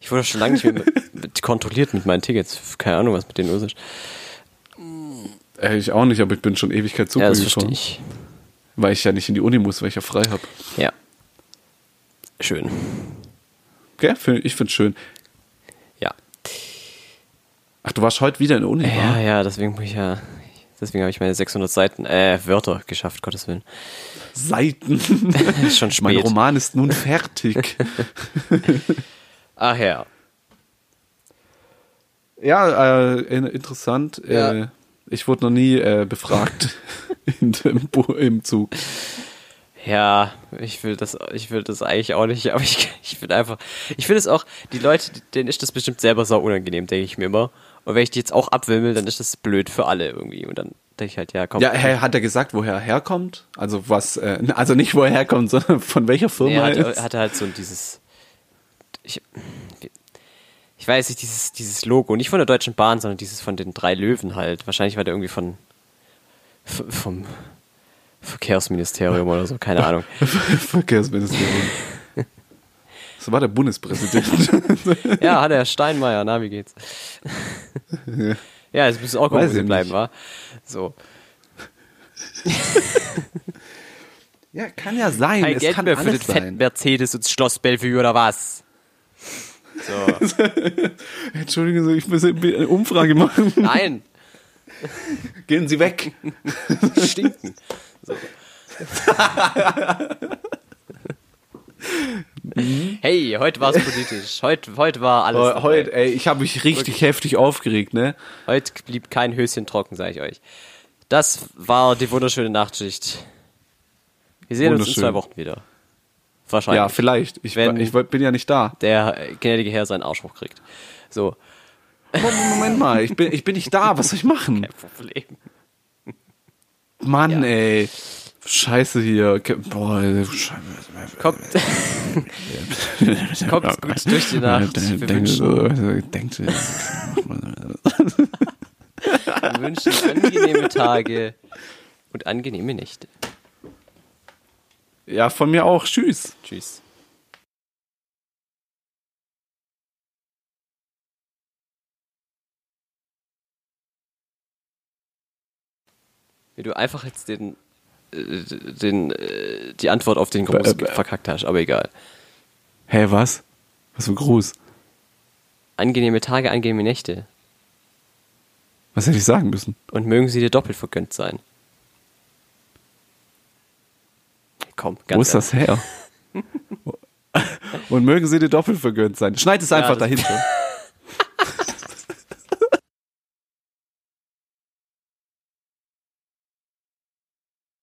Speaker 1: Ich wurde schon lange nicht mehr mit, mit kontrolliert mit meinen Tickets. Keine Ahnung, was mit denen los ist.
Speaker 2: Äh, ich auch nicht, aber ich bin schon Ewigkeit Zug
Speaker 1: ja, das verstehe
Speaker 2: gefahren.
Speaker 1: ich.
Speaker 2: Weil ich ja nicht in die Uni muss, weil ich ja frei habe.
Speaker 1: Ja. Schön.
Speaker 2: Gell? Find- Ich find's schön.
Speaker 1: Ja.
Speaker 2: Ach, du warst heute wieder in der Uni,
Speaker 1: Ja,
Speaker 2: wa?
Speaker 1: Ah, ja, deswegen muss ich ja. Deswegen habe ich meine 600 Seiten, äh, Wörter geschafft, Gottes Willen.
Speaker 2: Seiten.
Speaker 1: Ist schon
Speaker 2: mein
Speaker 1: spät.
Speaker 2: Roman ist nun fertig.
Speaker 1: Ach ja.
Speaker 2: ja, äh, in- interessant. Äh,
Speaker 1: Ja.
Speaker 2: ich wurde noch nie äh, befragt in dem Bo im Zug.
Speaker 1: Ja, ich will das, ich will das eigentlich auch nicht, aber ich, ich finde einfach, ich finde es auch, die Leute, denen ist das bestimmt selber sau unangenehm, denke ich mir immer. Und wenn ich die jetzt auch abwimmel, dann ist das blöd für alle irgendwie. Und dann denke ich halt, ja, komm.
Speaker 2: Ja, hä, hat er gesagt, woher er herkommt? Also was, äh, also nicht woher er herkommt, sondern von welcher
Speaker 1: Nee,
Speaker 2: Firma
Speaker 1: er
Speaker 2: er
Speaker 1: hat,
Speaker 2: ist.
Speaker 1: hatte halt so dieses, ich, ich weiß nicht, dieses, dieses Logo, nicht von der Deutschen Bahn, sondern dieses von den drei Löwen halt. Wahrscheinlich war der irgendwie von, v- vom Verkehrsministerium oder so, keine Ahnung.
Speaker 2: Verkehrsministerium. Das war der Bundespräsident.
Speaker 1: Ja, hat er Steinmeier, na, wie geht's? ja, jetzt müssen auch
Speaker 2: Weiß ich
Speaker 1: gucken, bleiben,
Speaker 2: nicht.
Speaker 1: wa? So.
Speaker 2: ja, kann ja sein.
Speaker 1: Kein
Speaker 2: es
Speaker 1: Geld
Speaker 2: kann
Speaker 1: mehr für den
Speaker 2: alles
Speaker 1: fetten
Speaker 2: sein.
Speaker 1: Mercedes ins Schloss Bellevue oder was? So.
Speaker 2: Entschuldigen Sie, ich muss eine Umfrage machen.
Speaker 1: Nein,
Speaker 2: Gehen Sie weg.
Speaker 1: stinken. So. hey, heute war's politisch. Heute, heute war alles.
Speaker 2: Aber
Speaker 1: dabei.
Speaker 2: heute, ey, ich habe mich richtig heftig aufgeregt, ne?
Speaker 1: heute blieb kein Höschen trocken, sage ich euch. Das war die wunderschöne Nachtschicht. Wir sehen uns in
Speaker 2: Wunderschön.
Speaker 1: zwei Wochen wieder.
Speaker 2: Ja,
Speaker 1: Wahrscheinlich.
Speaker 2: vielleicht. Ich,
Speaker 1: Wenn-
Speaker 2: ich bin ja nicht da.
Speaker 1: der äh, gnädige Herr seinen Arsch hochkriegt. So,
Speaker 2: Moment, Moment mal, ich bin, ich bin nicht da. Was soll ich machen?
Speaker 1: Problem.
Speaker 2: Mann, ey. Scheiße hier. Ke- Boah, Scheiße.
Speaker 1: Kommt, kommt gut durch die Nacht.
Speaker 2: Äh,
Speaker 1: Wir wünschen,
Speaker 2: also, Denkt,
Speaker 1: wir wünschen angenehme Tage und angenehme Nächte.
Speaker 2: ja, von mir auch. Tschüss.
Speaker 1: Tschüss. Wie du einfach jetzt den, äh, den, äh, die Antwort auf den Gruß
Speaker 2: Bä- bä-
Speaker 1: verkackt hast, aber egal.
Speaker 2: Hä, hey, was? Was für ein Gruß?
Speaker 1: Angenehme Tage, angenehme Nächte.
Speaker 2: Was hätte ich sagen müssen?
Speaker 1: und mögen sie dir doppelt vergönnt sein. Komm, ganz
Speaker 2: Wo ist das her? Und mögen sie dir doppelt vergönnt sein. Schneid es einfach
Speaker 1: das-
Speaker 2: dahinter.